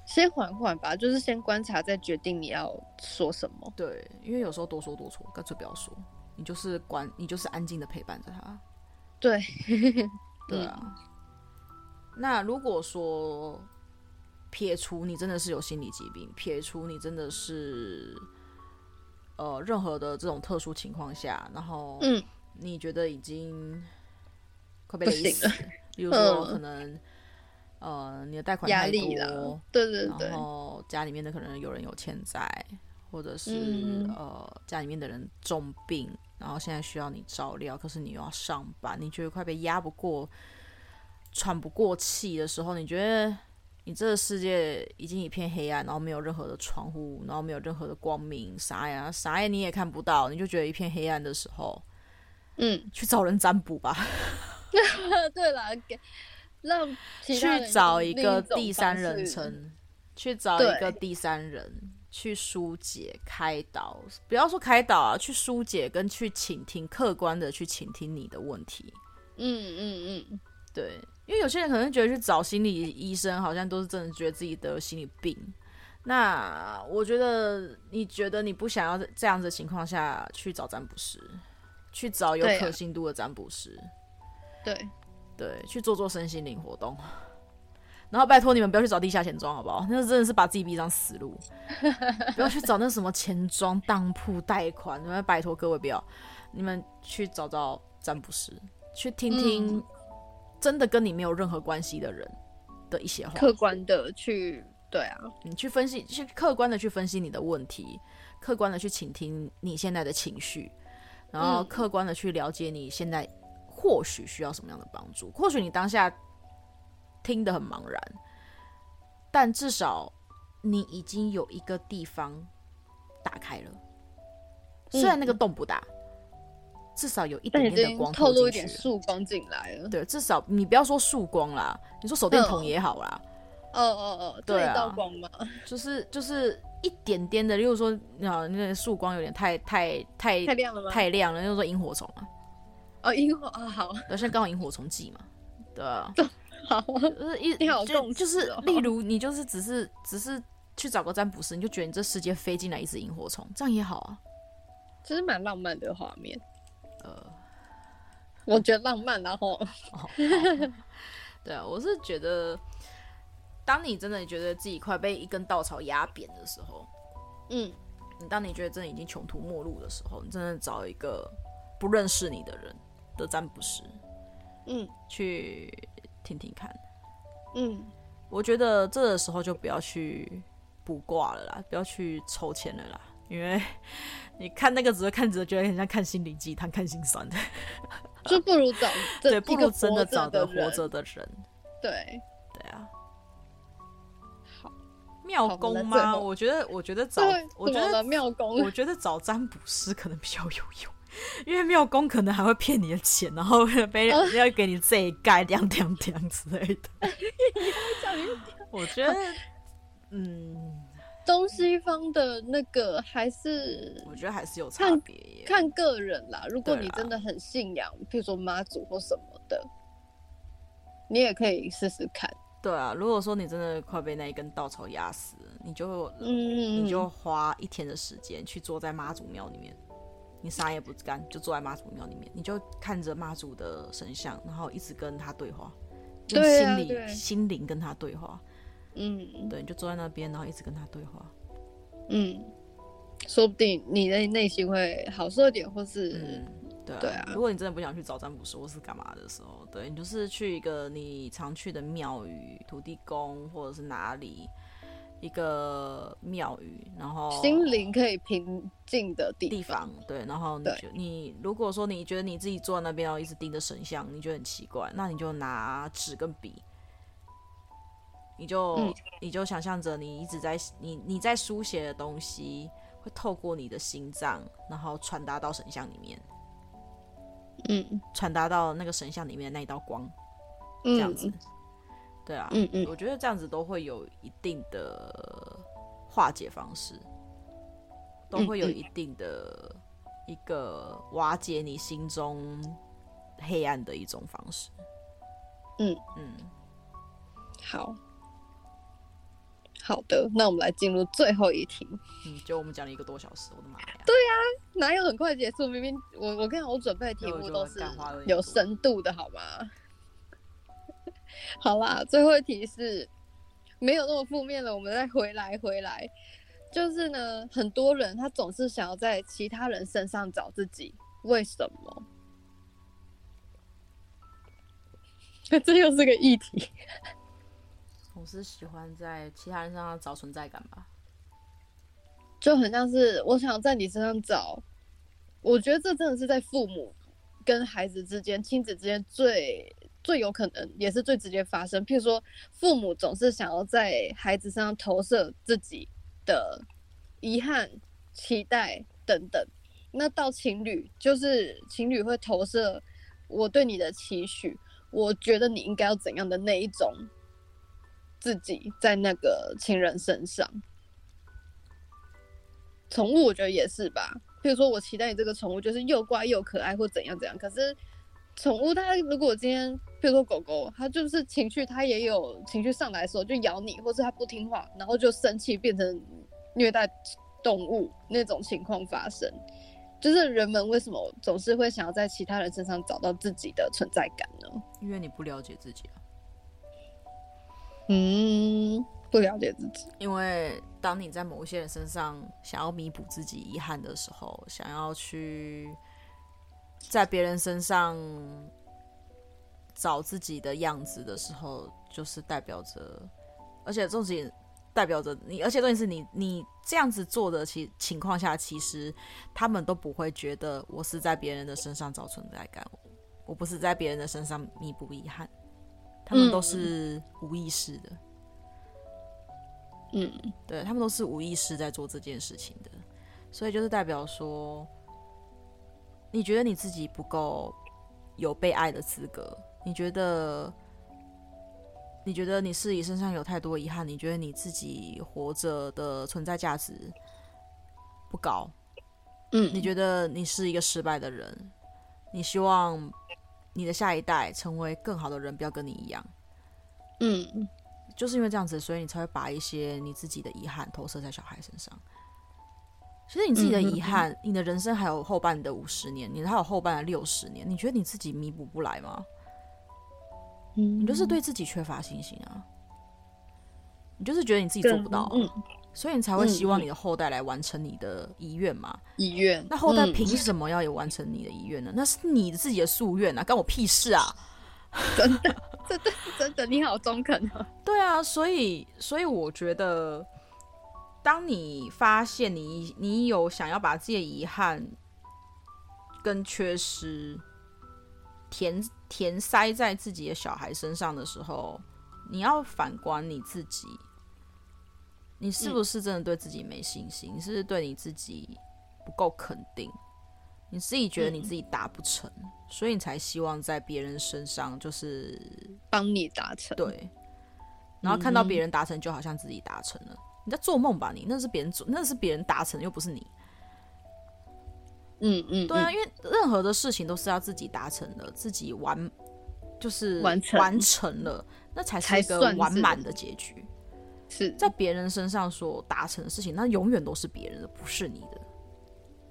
Speaker 1: 先缓缓吧，就是先观察，再决定你要说什么。
Speaker 2: 对，因为有时候多说多错，干脆不要说，你就是管，你就是安静的陪伴着他。
Speaker 1: 对，嗯
Speaker 2: 对啊。那如果说撇除你真的是有心理疾病，撇除你真的是呃任何的这种特殊情况下，然后
Speaker 1: 嗯，
Speaker 2: 你觉得已经快被
Speaker 1: 不
Speaker 2: 累
Speaker 1: 行
Speaker 2: 死，比如说
Speaker 1: 嗯
Speaker 2: 可能、呃你的贷款
Speaker 1: 压
Speaker 2: 太
Speaker 1: 力啦
Speaker 2: 多，
Speaker 1: 对对对
Speaker 2: 然，后家里面的可能有人有欠债，或者是、
Speaker 1: 嗯
Speaker 2: 呃家里面的人重病，然后现在需要你照料，可是你又要上班，你觉得快被压不过、喘不过气的时候，你觉得你这个世界已经一片黑暗，然后没有任何的窗户，然后没有任何的光明，啥呀啥呀你也看不到，你就觉得一片黑暗的时候，
Speaker 1: 嗯，
Speaker 2: 去找人占卜吧。
Speaker 1: 对啦，给让其他人
Speaker 2: 去找
Speaker 1: 用
Speaker 2: 一
Speaker 1: 另
Speaker 2: 个
Speaker 1: 种
Speaker 2: 第三
Speaker 1: 方式嗯
Speaker 2: 人称，去找
Speaker 1: 对
Speaker 2: 一个第三人去疏解、开导，不要说开导啊，去疏解跟去倾听，客观的去倾听你的问题。
Speaker 1: 嗯嗯嗯，
Speaker 2: 对，因为有些人可能觉得去找心理医生，好像都是真的觉得自己得心理病。那我觉得，你觉得你不想要这样子的情况下去找占卜师，去找有
Speaker 1: 对啊
Speaker 2: 可信度的占卜师，
Speaker 1: 对，
Speaker 2: 对，去做做身心灵活动。然后拜托你们不要去找地下钱庄，好不好？那真的是把自己逼上死路。不要去找那什么钱庄、当铺、贷款，你们拜托各位不要，你们去找找占卜师，去听听真的跟你没有任何关系的人的一些话，
Speaker 1: 客观的去，对啊，
Speaker 2: 你去分析，去客观的去分析你的问题，客观的去倾听你现在的情绪，然后
Speaker 1: 嗯
Speaker 2: 客观的去了解你现在或许需要什么样的帮助。或许你当下听得很茫然，但至少你已经有一个地方打开了，虽然那个洞不大，至少有一
Speaker 1: 嗯但已
Speaker 2: 点点的
Speaker 1: 经
Speaker 2: 光
Speaker 1: 透
Speaker 2: 透
Speaker 1: 露
Speaker 2: 进
Speaker 1: 一点
Speaker 2: 去了。
Speaker 1: 曙光进来了。
Speaker 2: 对，至少你不要说曙光啦，你说手电筒
Speaker 1: 嗯
Speaker 2: 也好啦，
Speaker 1: 哦哦哦，这
Speaker 2: 对
Speaker 1: 一
Speaker 2: 啊
Speaker 1: 道光嘛，
Speaker 2: 就是就是一点点的，例如说，啊，那个曙光有点太太太
Speaker 1: 太亮了吗？
Speaker 2: 太亮了，就是说萤火虫嘛，
Speaker 1: 哦，萤火啊，好
Speaker 2: 对，现在刚好萤火虫季嘛，对啊，
Speaker 1: 好，
Speaker 2: 就是一
Speaker 1: 你好
Speaker 2: 就
Speaker 1: 重
Speaker 2: 就
Speaker 1: 视
Speaker 2: 是
Speaker 1: 哦
Speaker 2: 例如你就是只是只是去找个占卜师，你就觉得你这世界飞进来一只萤火虫，这样也好啊，
Speaker 1: 其实蛮浪漫的画面，
Speaker 2: 呃，
Speaker 1: 我觉得浪漫，然后
Speaker 2: 哦好对啊，我是觉得，当你真的觉得自己快被一根稻草压扁的时候，
Speaker 1: 嗯，
Speaker 2: 你当你觉得真的已经穷途末路的时候，你真的找一个不认识你的人的占卜师，
Speaker 1: 嗯，
Speaker 2: 去听听看。
Speaker 1: 嗯，
Speaker 2: 我觉得这个时候就不要去卜卦了啦，不要去抽签了啦，因为你看那个只是看着觉得很像看心灵鸡汤、看心酸的，
Speaker 1: 就不如找
Speaker 2: 对，
Speaker 1: 这
Speaker 2: 不
Speaker 1: 一
Speaker 2: 如
Speaker 1: 个
Speaker 2: 真的
Speaker 1: 活
Speaker 2: 找
Speaker 1: 着
Speaker 2: 个
Speaker 1: 的
Speaker 2: 活
Speaker 1: 人，
Speaker 2: 着的人。
Speaker 1: 对，
Speaker 2: 对啊，
Speaker 1: 好，
Speaker 2: 妙
Speaker 1: 好我
Speaker 2: 公
Speaker 1: 们最
Speaker 2: 吗？
Speaker 1: 后
Speaker 2: 我觉得，我觉得找
Speaker 1: 对，，
Speaker 2: 我
Speaker 1: 怎
Speaker 2: 觉
Speaker 1: 么了
Speaker 2: 得，
Speaker 1: 妙公
Speaker 2: 我觉得找占卜师可能比较有用。因为妙公可能还会骗你的钱，然后被
Speaker 1: 呃
Speaker 2: 人要给你这一盖两两两之类 的。我觉得，嗯，
Speaker 1: 东西方的那个还是
Speaker 2: 我觉得还是有差
Speaker 1: 看
Speaker 2: 别耶。
Speaker 1: 看个人啦。如果
Speaker 2: 对
Speaker 1: 你
Speaker 2: 啦
Speaker 1: 真的很信仰，譬如说妈祖或什么的，你也可以试试看。
Speaker 2: 对啊，如果说你真的快被那一根稻草压死了，你就、
Speaker 1: 嗯，
Speaker 2: 你就花一天的时间去坐在妈祖庙里面，你啥也不干，就坐在妈祖庙里面，你就看着妈祖的神像，然后一直跟他对话，用
Speaker 1: 对
Speaker 2: 心
Speaker 1: 啊
Speaker 2: 理、
Speaker 1: 对
Speaker 2: 心灵跟他对话。
Speaker 1: 嗯
Speaker 2: 对，你就坐在那边，然后一直跟他对话。
Speaker 1: 嗯，说不定你的内心会好受一点，或是
Speaker 2: 嗯，对啊。
Speaker 1: 对啊
Speaker 2: 如果你真的不想去找占卜师或是干嘛的时候，对你就是去一个你常去的庙宇、土地公或者是哪里一个庙宇，然后
Speaker 1: 心灵可以平静的
Speaker 2: 哦地
Speaker 1: 地方。
Speaker 2: 方，对，然后你
Speaker 1: 对
Speaker 2: 就你如果说你觉得你自己坐在那边要一直盯着神像，你觉得很奇怪，那你就拿纸跟笔，你就、
Speaker 1: 嗯
Speaker 2: 你就想象着你一直在你你在书写的东西会透过你的心脏，然后传达到神像里面，
Speaker 1: 嗯
Speaker 2: 传达到那个神像里面的那一道光，这样子。对啊，
Speaker 1: 嗯嗯
Speaker 2: 我觉得这样子都会有一定的化解方式，都会有
Speaker 1: 嗯嗯
Speaker 2: 一定的一个瓦解你心中黑暗的一种方式。
Speaker 1: 嗯
Speaker 2: 嗯，
Speaker 1: 好，好的，那我们来进入最后一题。
Speaker 2: 嗯，就我们讲了一个多小时，我的妈呀！
Speaker 1: 哪有很快结束？明明我我跟你讲，我准备的题
Speaker 2: 对我
Speaker 1: 目
Speaker 2: 就
Speaker 1: 都是
Speaker 2: 干花了
Speaker 1: 有
Speaker 2: 也多
Speaker 1: 深度的，好吗？ 好啦，最后一题是没有那么负面了，我们再回来回来。就是呢，很多人他总是想要在其他人身上找自己，为什么？ 这又是个议题。
Speaker 2: 我是喜欢在其他人身上找存在感吧。
Speaker 1: 就很像是我想在你身上找，我觉得这真的是在父母跟孩子之间、亲子之间最最有可能，也是最直接发生。譬如说，父母总是想要在孩子身上投射自己的遗憾、期待等等。那到情侣，就是情侣会投射我对你的期许，我觉得你应该要怎样的那一种自己在那个情人身上。宠物我觉得也是吧。譬如说我期待你这个宠物就是又乖又可爱或怎样怎样，可是宠物它如果今天，譬如说狗狗，它就是情绪它也有情绪上来的时候就咬你，或是它不听话，然后就生气变成虐待动物那种情况发生。就是人们为什么总是会想要在其他人身上找到自己的存在感呢？
Speaker 2: 因为你不了解自己啊。
Speaker 1: 嗯，不了解自己。
Speaker 2: 因为当你在某一些人身上想要弥补自己遗憾的时候，想要去在别人身上找自己的样子的时候，就是代表着，而且重点代表着你，而且重点是你，你这样子做的其情况下，其实他们都不会觉得我是在别人的身上找存在感，我不是在别人的身上弥补遗憾，他们都
Speaker 1: 嗯
Speaker 2: 是无意识的。
Speaker 1: 嗯
Speaker 2: 对他们都是无意识在做这件事情的，所以就是代表说，你觉得你自己不够有被爱的资格，你觉得你觉得你自己身上有太多遗憾，你觉得你自己活着的存在价值不高，
Speaker 1: 嗯，
Speaker 2: 你觉得你是一个失败的人，你希望你的下一代成为更好的人，不要跟你一样。
Speaker 1: 嗯
Speaker 2: 就是因为这样子，所以你才会把一些你自己的遗憾投射在小孩身上。其实你自己
Speaker 1: 嗯
Speaker 2: 的遗憾，你的人生还有后半的五十年，你还有后半的六十年，你觉得你自己弥补不来吗？
Speaker 1: 嗯
Speaker 2: 你就是对自己缺乏信心啊，你就是觉得你自己做不到啊、
Speaker 1: 嗯
Speaker 2: 所以你才会
Speaker 1: 嗯
Speaker 2: 希望你的后代来完成你的遗愿嘛。
Speaker 1: 医院。
Speaker 2: 那后代
Speaker 1: 嗯
Speaker 2: 凭什么要也完成你的遗愿呢？那是你自己的夙愿啊，干我屁事啊！
Speaker 1: 真的真的，你好中肯哦。
Speaker 2: 对啊，所以所以我觉得，当你发现你你有想要把自己的遗憾跟缺失填填塞在自己的小孩身上的时候，你要反观你自己，你是不是真的对自己没信心？你是不是对你自己不够肯定？你自己觉得你自己达不成，所以你才希望在别人身上就是
Speaker 1: 帮你达成。
Speaker 2: 对，然后看
Speaker 1: 嗯
Speaker 2: 到别人达成，就好像自己达成了。你在做梦吧你？那是别人做，那是别人达成，又不是你。
Speaker 1: 嗯嗯，
Speaker 2: 对啊，因为任何的事情都是要自己达成的，自己完就是
Speaker 1: 完成
Speaker 2: 完成了，那才是
Speaker 1: 才
Speaker 2: 一个
Speaker 1: 算是
Speaker 2: 完满的结局。
Speaker 1: 嗯是
Speaker 2: 在别人身上所达成的事情，那永远都是别人的，不是你的。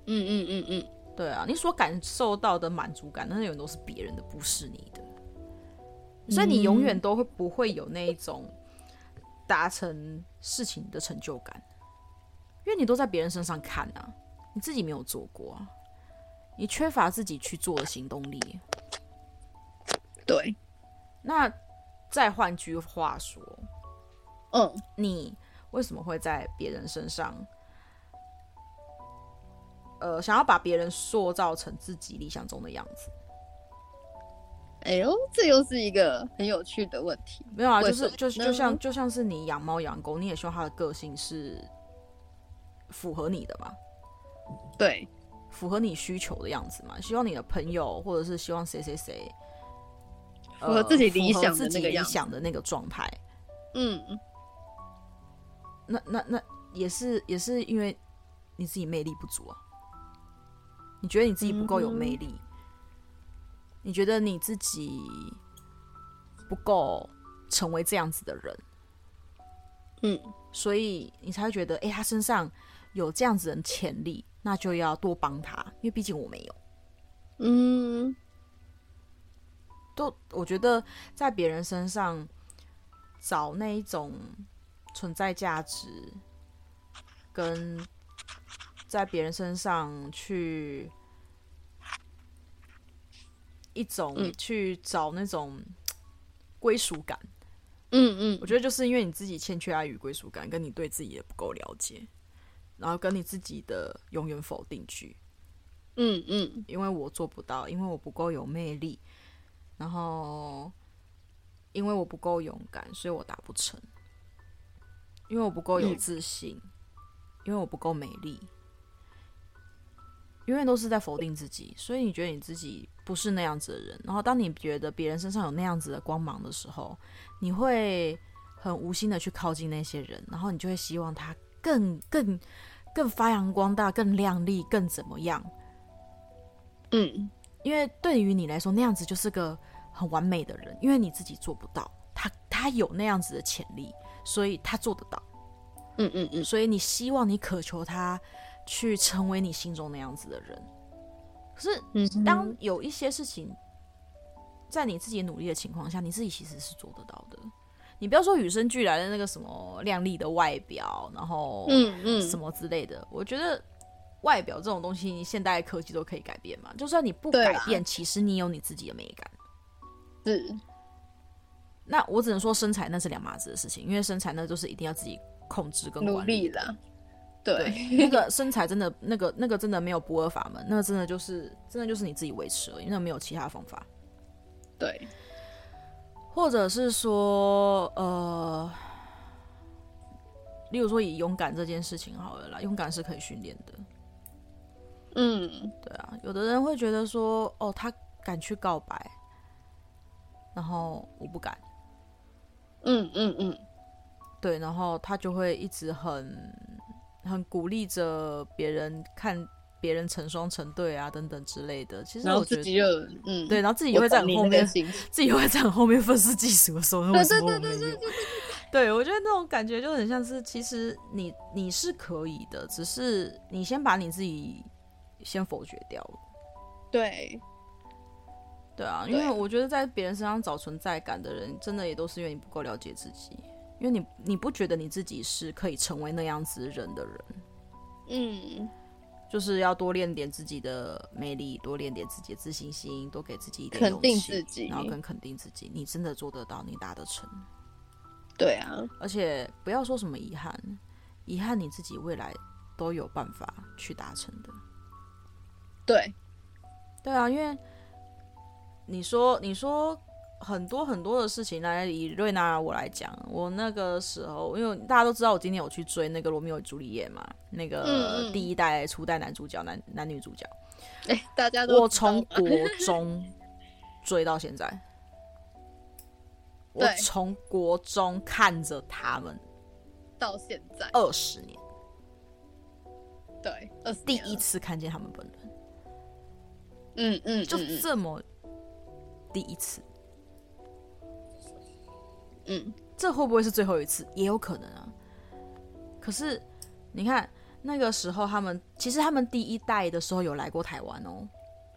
Speaker 1: 嗯嗯嗯嗯，
Speaker 2: 对啊，你所感受到的满足感，那永远都是别人的，不是你的。所以你永远都会不会有那一种达成事情的成就感，因为你都在别人身上看啊，你自己没有做过啊，你缺乏自己去做的行动力。
Speaker 1: 对，
Speaker 2: 那再换句话说，
Speaker 1: 嗯
Speaker 2: 你为什么会在别人身上，呃，想要把别人塑造成自己理想中的样子？
Speaker 1: 哎呦，这又是一个很有趣的问题。
Speaker 2: 没有啊，
Speaker 1: 为
Speaker 2: 就
Speaker 1: 什
Speaker 2: 是
Speaker 1: 么
Speaker 2: 就是
Speaker 1: 呢
Speaker 2: 就像就像是你养猫养狗，你也希望它的个性是符合你的嘛，
Speaker 1: 对，
Speaker 2: 符合你需求的样子嘛，希望你的朋友或者是希望谁谁谁
Speaker 1: 符合自己理
Speaker 2: 呃符合
Speaker 1: 想的
Speaker 2: 自
Speaker 1: 那
Speaker 2: 己
Speaker 1: 个
Speaker 2: 理
Speaker 1: 样子。
Speaker 2: 想的那个状态。
Speaker 1: 嗯，
Speaker 2: 那那那也是也是因为你自己魅力不足啊，你觉得你自己不够有魅力，你觉得你自己不够成为这样子的人，
Speaker 1: 嗯，
Speaker 2: 所以你才会觉得，哎、他身上有这样子的潜力，那就要多帮他，因为毕竟我没有。
Speaker 1: 嗯，
Speaker 2: 都我觉得在别人身上找那一种存在价值，跟在别人身上去一种
Speaker 1: 嗯
Speaker 2: 去找那种归属感，
Speaker 1: 嗯
Speaker 2: 我
Speaker 1: 嗯，
Speaker 2: 觉得就是因为你自己欠缺爱与归属感，跟你对自己的不够了解，然后跟你自己的永远否定句，
Speaker 1: 嗯嗯，
Speaker 2: 因为我做不到，因为我不够有魅力，然后因为我不够勇敢，所以我达不成，因为我不够有
Speaker 1: 嗯
Speaker 2: 自信，因为我不够美丽，永远都是在否定自己，所以你觉得你自己不是那样子的人，然后当你觉得别人身上有那样子的光芒的时候，你会很无心的去靠近那些人，然后你就会希望他更更更发扬光大，更亮丽，更怎么样。
Speaker 1: 嗯
Speaker 2: 因为对于你来说，那样子就是个很完美的人，因为你自己做不到，他他有那样子的潜力，所以他做得到，
Speaker 1: 嗯嗯嗯，
Speaker 2: 所以你希望你渴求他去成为你心中那样子的人。可是
Speaker 1: 嗯，
Speaker 2: 当有一些事情在你自己努力的情况下，你自己其实是做得到的。你不要说与生俱来的那个什么靓丽的外表，然后
Speaker 1: 嗯嗯
Speaker 2: 什么之类的，我觉得外表这种东西，现代科技都可以改变嘛。就算你不
Speaker 1: 对
Speaker 2: 改
Speaker 1: 啊
Speaker 2: 变，其实你有你自己的美感。
Speaker 1: 是，
Speaker 2: 那我只能说身材那是两码子的事情，因为身材那都是一定要自己控制跟
Speaker 1: 努
Speaker 2: 管
Speaker 1: 力
Speaker 2: 的。
Speaker 1: 啦，对，
Speaker 2: 对，那个身材真的，那个那个真的没有不二法门，那个真的就是真的就是你自己维持而已，那没有其他方法。
Speaker 1: 对，
Speaker 2: 或者是说，呃，例如说以勇敢这件事情好了啦，勇敢是可以训练的。
Speaker 1: 嗯
Speaker 2: 对啊，有的人会觉得说，哦，他敢去告白，然后我不敢，
Speaker 1: 嗯嗯嗯，
Speaker 2: 对，然后他就会一直很很鼓励着别人看别人成双成对啊等等之类的。其实
Speaker 1: 然后
Speaker 2: 我觉
Speaker 1: 自
Speaker 2: 得
Speaker 1: 己又嗯，
Speaker 2: 对，
Speaker 1: 我
Speaker 2: 然后自己会在
Speaker 1: 懂你
Speaker 2: 后
Speaker 1: 那个
Speaker 2: 面，
Speaker 1: 心
Speaker 2: 自己会在后面愤世嫉俗的说，那为
Speaker 1: 对
Speaker 2: 什
Speaker 1: 对
Speaker 2: 么我
Speaker 1: 对
Speaker 2: 没
Speaker 1: 对对
Speaker 2: 有
Speaker 1: 对？对，
Speaker 2: 对，我觉得那种感觉就很像是，其实你你是可以的，只是你先把你自己先否决掉了。
Speaker 1: 对，
Speaker 2: 对啊，因
Speaker 1: 对
Speaker 2: 为我觉得在别人身上找存在感的人，真的也都是因为你不够了解自己，因为你你不觉得你自己是可以成为那样子人的人，
Speaker 1: 嗯
Speaker 2: 就是要多练点自己的魅力，多练点自己的自信心，多给自己一点
Speaker 1: 肯
Speaker 2: 勇
Speaker 1: 定
Speaker 2: 气
Speaker 1: 自己
Speaker 2: 然后更肯定自己，你真的做得到，你达得成，
Speaker 1: 对啊，
Speaker 2: 而且不要说什么遗憾，遗憾你自己未来都有办法去达成的。
Speaker 1: 对，
Speaker 2: 对啊，因为你说你说很多很多的事情来以瑞娜我来讲，我那个时候，因为大家都知道我今天有去追那个罗密欧与朱丽叶嘛，那
Speaker 1: 嗯
Speaker 2: 个
Speaker 1: 嗯
Speaker 2: 第一代初代男主角男男女主角，
Speaker 1: 哎，大家都
Speaker 2: 我
Speaker 1: 知道
Speaker 2: 从国 中追到现在，我
Speaker 1: 对
Speaker 2: 从国中看着他们
Speaker 1: 到现在，
Speaker 2: 二十年，
Speaker 1: 对，啊二十
Speaker 2: 第
Speaker 1: 年
Speaker 2: 一
Speaker 1: 了，
Speaker 2: 次看见他们本人，
Speaker 1: 嗯嗯，
Speaker 2: 就
Speaker 1: 嗯
Speaker 2: 这么第一次。
Speaker 1: 嗯
Speaker 2: 这会不会是最后一次？也有可能啊。可是你看那个时候，他们其实他们第一代的时候有来过台湾哦。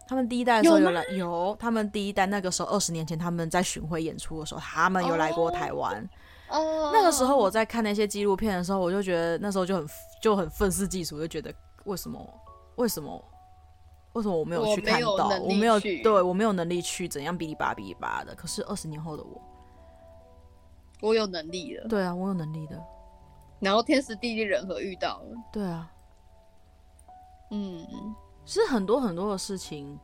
Speaker 2: 他们第一代的时候
Speaker 1: 有
Speaker 2: 有
Speaker 1: 吗
Speaker 2: 来有他们第一代那个时候二十年前他们在巡回演出的时候，他们有来过台湾。
Speaker 1: 哦，
Speaker 2: 那个时候我在看那些纪录片的时候，我就觉得那时候就很就很愤世嫉俗，就觉得为什么为什么为什么我没有
Speaker 1: 我
Speaker 2: 去
Speaker 1: 没
Speaker 2: 看
Speaker 1: 有
Speaker 2: 到，
Speaker 1: 能
Speaker 2: 我
Speaker 1: 力
Speaker 2: 没有
Speaker 1: 去
Speaker 2: 对我没有能力去怎样哔哩吧哔哩吧的。可是二十年后的我，
Speaker 1: 我有能力了，
Speaker 2: 对啊，我有能力的，
Speaker 1: 然后天时地利人和遇到了，
Speaker 2: 对啊，
Speaker 1: 嗯
Speaker 2: 其实很多很多的事情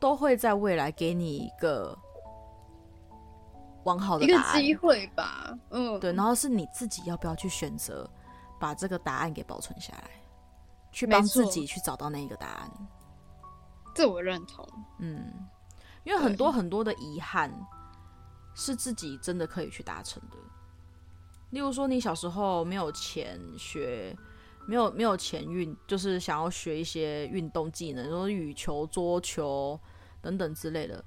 Speaker 2: 都会在未来给你一个完好的
Speaker 1: 一个
Speaker 2: 答案
Speaker 1: 机，会吧，嗯，
Speaker 2: 对，然后是你自己要不要去选择把这个答案给保存下来，去
Speaker 1: 没
Speaker 2: 帮自
Speaker 1: 错
Speaker 2: 己去找到那一个答案。
Speaker 1: 这我认同，
Speaker 2: 嗯，因为很多很多的遗憾，是自己真的可以去达成的。例如说，你小时候没有钱学，没有没有钱运，就是想要学一些运动技能，说羽球、桌球等等之类的。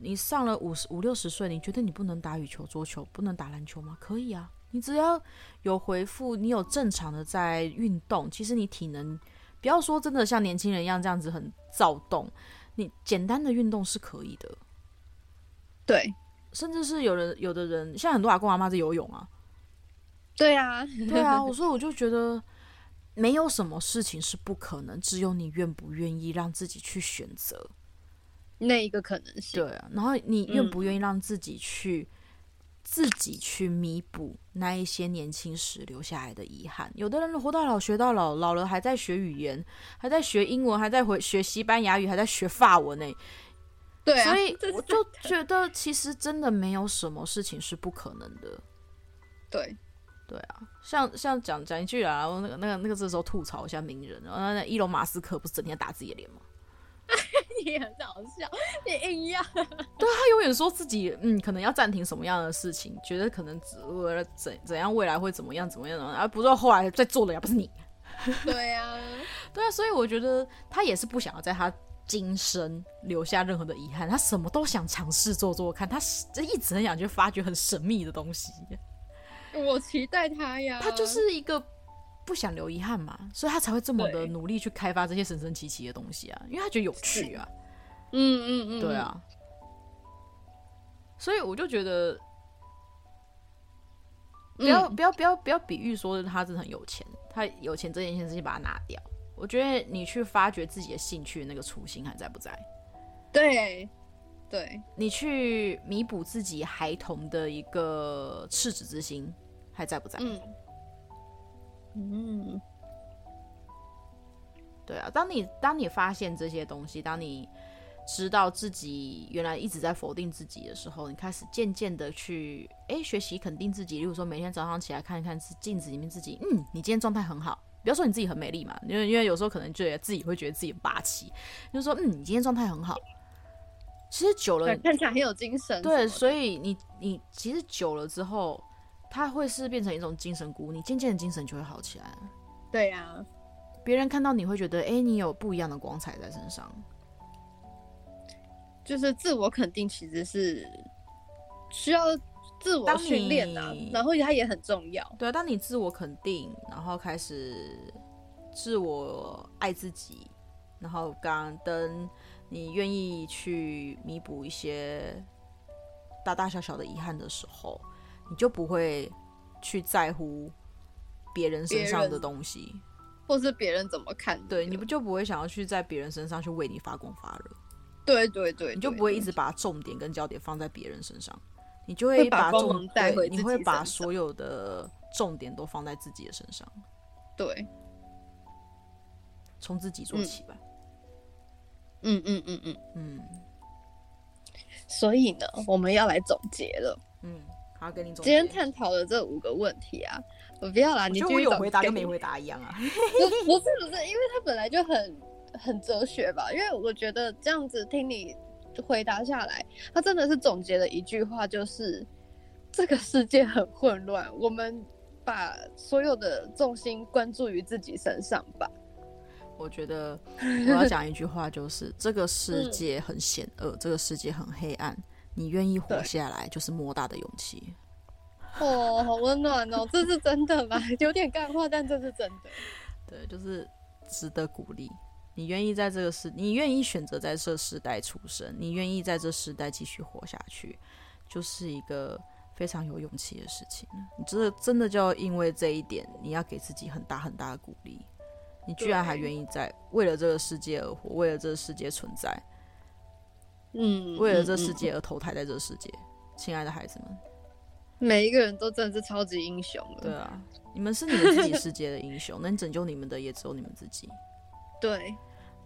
Speaker 2: 你上了五十五六十岁，你觉得你不能打羽球、桌球，不能打篮球吗？可以啊，你只要有回复，你有正常的在运动，其实你体能不要说真的像年轻人一样这样子很躁动，你简单的运动是可以的。
Speaker 1: 对，
Speaker 2: 甚至是有人有的人，现在很多阿公阿妈在游泳 啊，
Speaker 1: 对啊，
Speaker 2: 对啊，我说我就觉得没有什么事情是不可能，只有你愿不愿意让自己去选择。
Speaker 1: 那一个可能性。
Speaker 2: 对啊，然后你愿不愿意让自己去、
Speaker 1: 嗯
Speaker 2: 自己去弥补那一些年轻时留下来的遗憾？有的人活到老学到老，老了还在学语言，还在学英文，还在回学西班牙语，还在学法文呢、欸
Speaker 1: 对啊，
Speaker 2: 所以
Speaker 1: 这
Speaker 2: 我就觉得，其实真的没有什么事情是不可能的。
Speaker 1: 对
Speaker 2: 对啊，像像讲讲一句啊，然后那个那个那个这时候吐槽一下名人，然后那伊隆马斯克不是整天打自己的脸吗？
Speaker 1: 你很搞笑，你硬要。
Speaker 2: 他永远说自己嗯，可能要暂停什么样的事情，觉得可能只为了怎怎样未来会怎么样怎么样，而、啊、不是后来再做的呀，不是你。
Speaker 1: 对啊，
Speaker 2: 对啊，所以我觉得他也是不想要在他今生留下任何的遗憾，他什么都想尝试做做看，他是一直很想去发掘很神秘的东西。
Speaker 1: 我期待他呀。
Speaker 2: 他就是一个不想留遗憾嘛，所以他才会这么的
Speaker 1: 对
Speaker 2: 努力去开发这些神神奇奇的东西啊，因为他觉得有趣啊，
Speaker 1: 嗯嗯嗯，
Speaker 2: 对，啊。所以我就觉得不要、
Speaker 1: 嗯
Speaker 2: 不要不要不要比喻说他真的很有钱，他有钱这件事情把它拿掉。我觉得你去发掘自己的兴趣的那个初心还在不在？
Speaker 1: 对对
Speaker 2: 你去弥补自己孩童的一个赤子之心还在不在？
Speaker 1: 嗯嗯，
Speaker 2: 对啊，当你当你发现这些东西，当你知道自己原来一直在否定自己的时候，你开始渐渐的去诶学习肯定自己。例如说，每天早上起来看一看自镜子里面自己，嗯，你今天状态很好。不要说你自己很美丽嘛，因为因为有时候可能觉得自己会觉得自己很霸气，就说嗯，你今天状态很好。其实久了
Speaker 1: 对，，看起来很有精神。
Speaker 2: 对，
Speaker 1: 以
Speaker 2: 所以你你其实久了之后，它会是变成一种精神鼓舞，你渐渐的精神就会好起来了。
Speaker 1: 对啊，
Speaker 2: 别人看到你会觉得，哎、你有不一样的光彩在身上。
Speaker 1: 就是自我肯定其实是需要自我
Speaker 2: 当你
Speaker 1: 训练啊，然后它也很重要。
Speaker 2: 对啊，当你自我肯定，然后开始自我爱自己，然后感恩，你愿意去弥补一些大大小小的遗憾的时候，你就不会去在乎别人身
Speaker 1: 别
Speaker 2: 上
Speaker 1: 人
Speaker 2: 的东西。
Speaker 1: 或是别人怎么看
Speaker 2: 对，你
Speaker 1: 了
Speaker 2: 不就不会想要去在别人身上去为你发光发热，
Speaker 1: 对对对，
Speaker 2: 你就
Speaker 1: 对
Speaker 2: 不会
Speaker 1: 对
Speaker 2: 一直把重点跟焦点放在别人身上，你就
Speaker 1: 会把
Speaker 2: 把
Speaker 1: 光
Speaker 2: 重
Speaker 1: 芒带
Speaker 2: 对
Speaker 1: 回
Speaker 2: 你
Speaker 1: 自
Speaker 2: 会
Speaker 1: 己
Speaker 2: 把
Speaker 1: 身
Speaker 2: 所有的重点都放在自己的身上，
Speaker 1: 对，
Speaker 2: 从自己做
Speaker 1: 嗯
Speaker 2: 起吧。
Speaker 1: 嗯嗯嗯嗯。
Speaker 2: 嗯
Speaker 1: 所以呢，我们要来总结了。
Speaker 2: 嗯，好，给你总
Speaker 1: 今天
Speaker 2: 结
Speaker 1: 探讨的这五个问题啊，我不要啦，
Speaker 2: 我
Speaker 1: 你
Speaker 2: 觉得
Speaker 1: 继
Speaker 2: 我
Speaker 1: 续
Speaker 2: 有
Speaker 1: 总
Speaker 2: 回答
Speaker 1: 结
Speaker 2: 跟没回答一样啊。
Speaker 1: 不是不是，因为他本来就很很哲学吧，因为我觉得这样子听你回答下来，他真的是总结了一句话，就是这个世界很混乱，我们把所有的重心关注于自己身上吧。
Speaker 2: 我 觉得我要讲一句话，就是这个
Speaker 1: 嗯
Speaker 2: 世界很险恶，这个世界很黑暗，你愿意活
Speaker 1: 对
Speaker 2: 下来就是莫大的勇气。
Speaker 1: 哦，好温暖哦，这是真的吗？ 有点干话，但这是真的。
Speaker 2: 对，就是值得鼓励。你愿意在这个时，你愿意选择在这时代出生，你愿意在这时代继续活下去，就是一个非常有勇气的事情了。你真的真的就要因为这一点，你要给自己很大很大的鼓励。你居然还
Speaker 1: 对
Speaker 2: 愿意在为了这个世界而活，为了这个世界存在，
Speaker 1: 嗯，
Speaker 2: 为了这
Speaker 1: 嗯
Speaker 2: 世
Speaker 1: 嗯
Speaker 2: 界而投胎在这个世界。亲爱的孩子们，
Speaker 1: 每一个人都真的是超级英雄了。
Speaker 2: 对啊，你们是你们自己世界的英雄， 能拯救你们的也只有你们自己。
Speaker 1: 对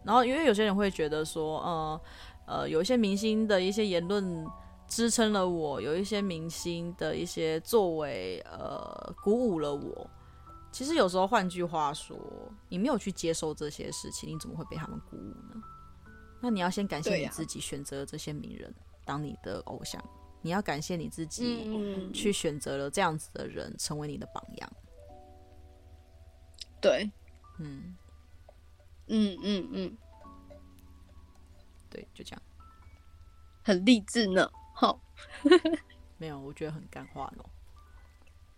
Speaker 2: 然后因为有些人会觉得说，呃呃，有一些明星的一些言论支撑了我，有一些明星的一些作为，呃，鼓舞了我。其实有时候，换句话说，你没有去接受这些事情，你怎么会被他们鼓舞呢？那你要先感谢
Speaker 1: 对
Speaker 2: 你
Speaker 1: 呀
Speaker 2: 自己选择这些名人当你的偶像，你要感谢你自己，
Speaker 1: 嗯，
Speaker 2: 去选择了这样子的人成为你的榜样。
Speaker 1: 对，
Speaker 2: 嗯，
Speaker 1: 嗯嗯嗯，
Speaker 2: 对，就这样。
Speaker 1: 很励志呢。好，
Speaker 2: 没有，我觉得很干话哦。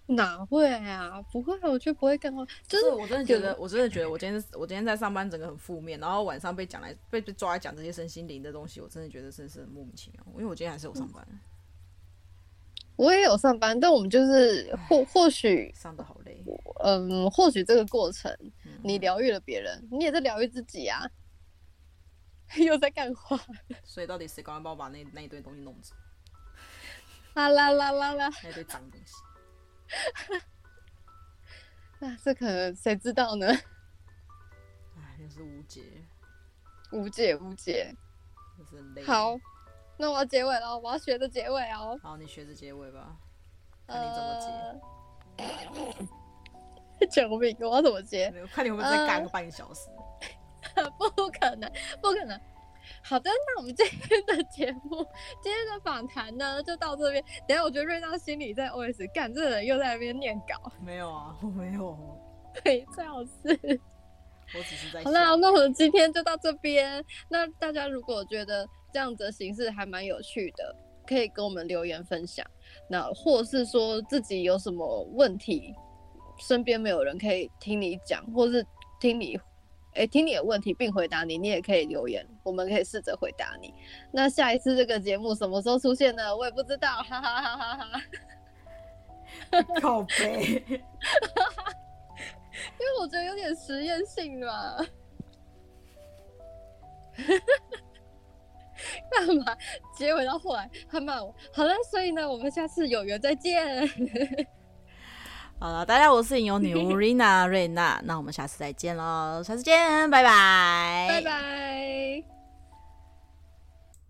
Speaker 1: 哪会啊？不会，我觉得不会更好，就
Speaker 2: 就是
Speaker 1: 是
Speaker 2: 我真的觉得，我真的觉得，我今天我今天在上班，整个很负面，然后晚上被讲来被被抓来讲这些身心灵的东西，我真的觉得真是很莫名其妙。因为我今天还是有上班，
Speaker 1: 嗯我也有上班，但我们就是或或许
Speaker 2: 上的好累。
Speaker 1: 嗯，或许这个过程
Speaker 2: 嗯
Speaker 1: 你疗愈了别人，你也在疗愈自己啊。 又在干话，
Speaker 2: 所以到底谁赶快帮我把那那一堆东西弄走，
Speaker 1: 啦啦啦啦啦！
Speaker 2: 那一堆脏东西？
Speaker 1: 啊，这可能谁知道呢？
Speaker 2: 哎，真是无解，
Speaker 1: 无解无解。
Speaker 2: 真是很累。
Speaker 1: 好，，那我要结尾了，我要学着结尾哦。
Speaker 2: 好，你学着结尾吧，看你怎么结。
Speaker 1: 呃， 救命！我要怎么接？
Speaker 2: 我看你会不会
Speaker 1: 呃
Speaker 2: 再干个半个小时？
Speaker 1: 不可能，不可能。好的，那我们今天的节目， 今天的访谈呢，就到这边。等一下，我觉得瑞娜心里在 OS 干，这人又在那边念稿，
Speaker 2: 没有啊，我没有，
Speaker 1: 对，最好是。
Speaker 2: 我只是在
Speaker 1: 好
Speaker 2: 想。
Speaker 1: 啦，那我们今天就到这边。那大家如果觉得这样子的形式还蛮有趣的，可以跟我们留言分享。那或是说自己有什么问题，身边没有人可以听你讲，或是听你，诶，听你的问题并回答你，你也可以留言，我们可以试着回答你。那下一次这个节目什么时候出现呢？我也不知道，哈哈哈哈哈哈。
Speaker 2: 靠背，
Speaker 1: 因为我觉得有点实验性嘛。 干嘛？结尾到后来他骂我。好了，所以呢，我们下次有缘再见，
Speaker 2: 好了，大家，我是影游 女巫哎 Rina 瑞娜，那我们下次再见喽，下次见，拜拜，
Speaker 1: 拜拜。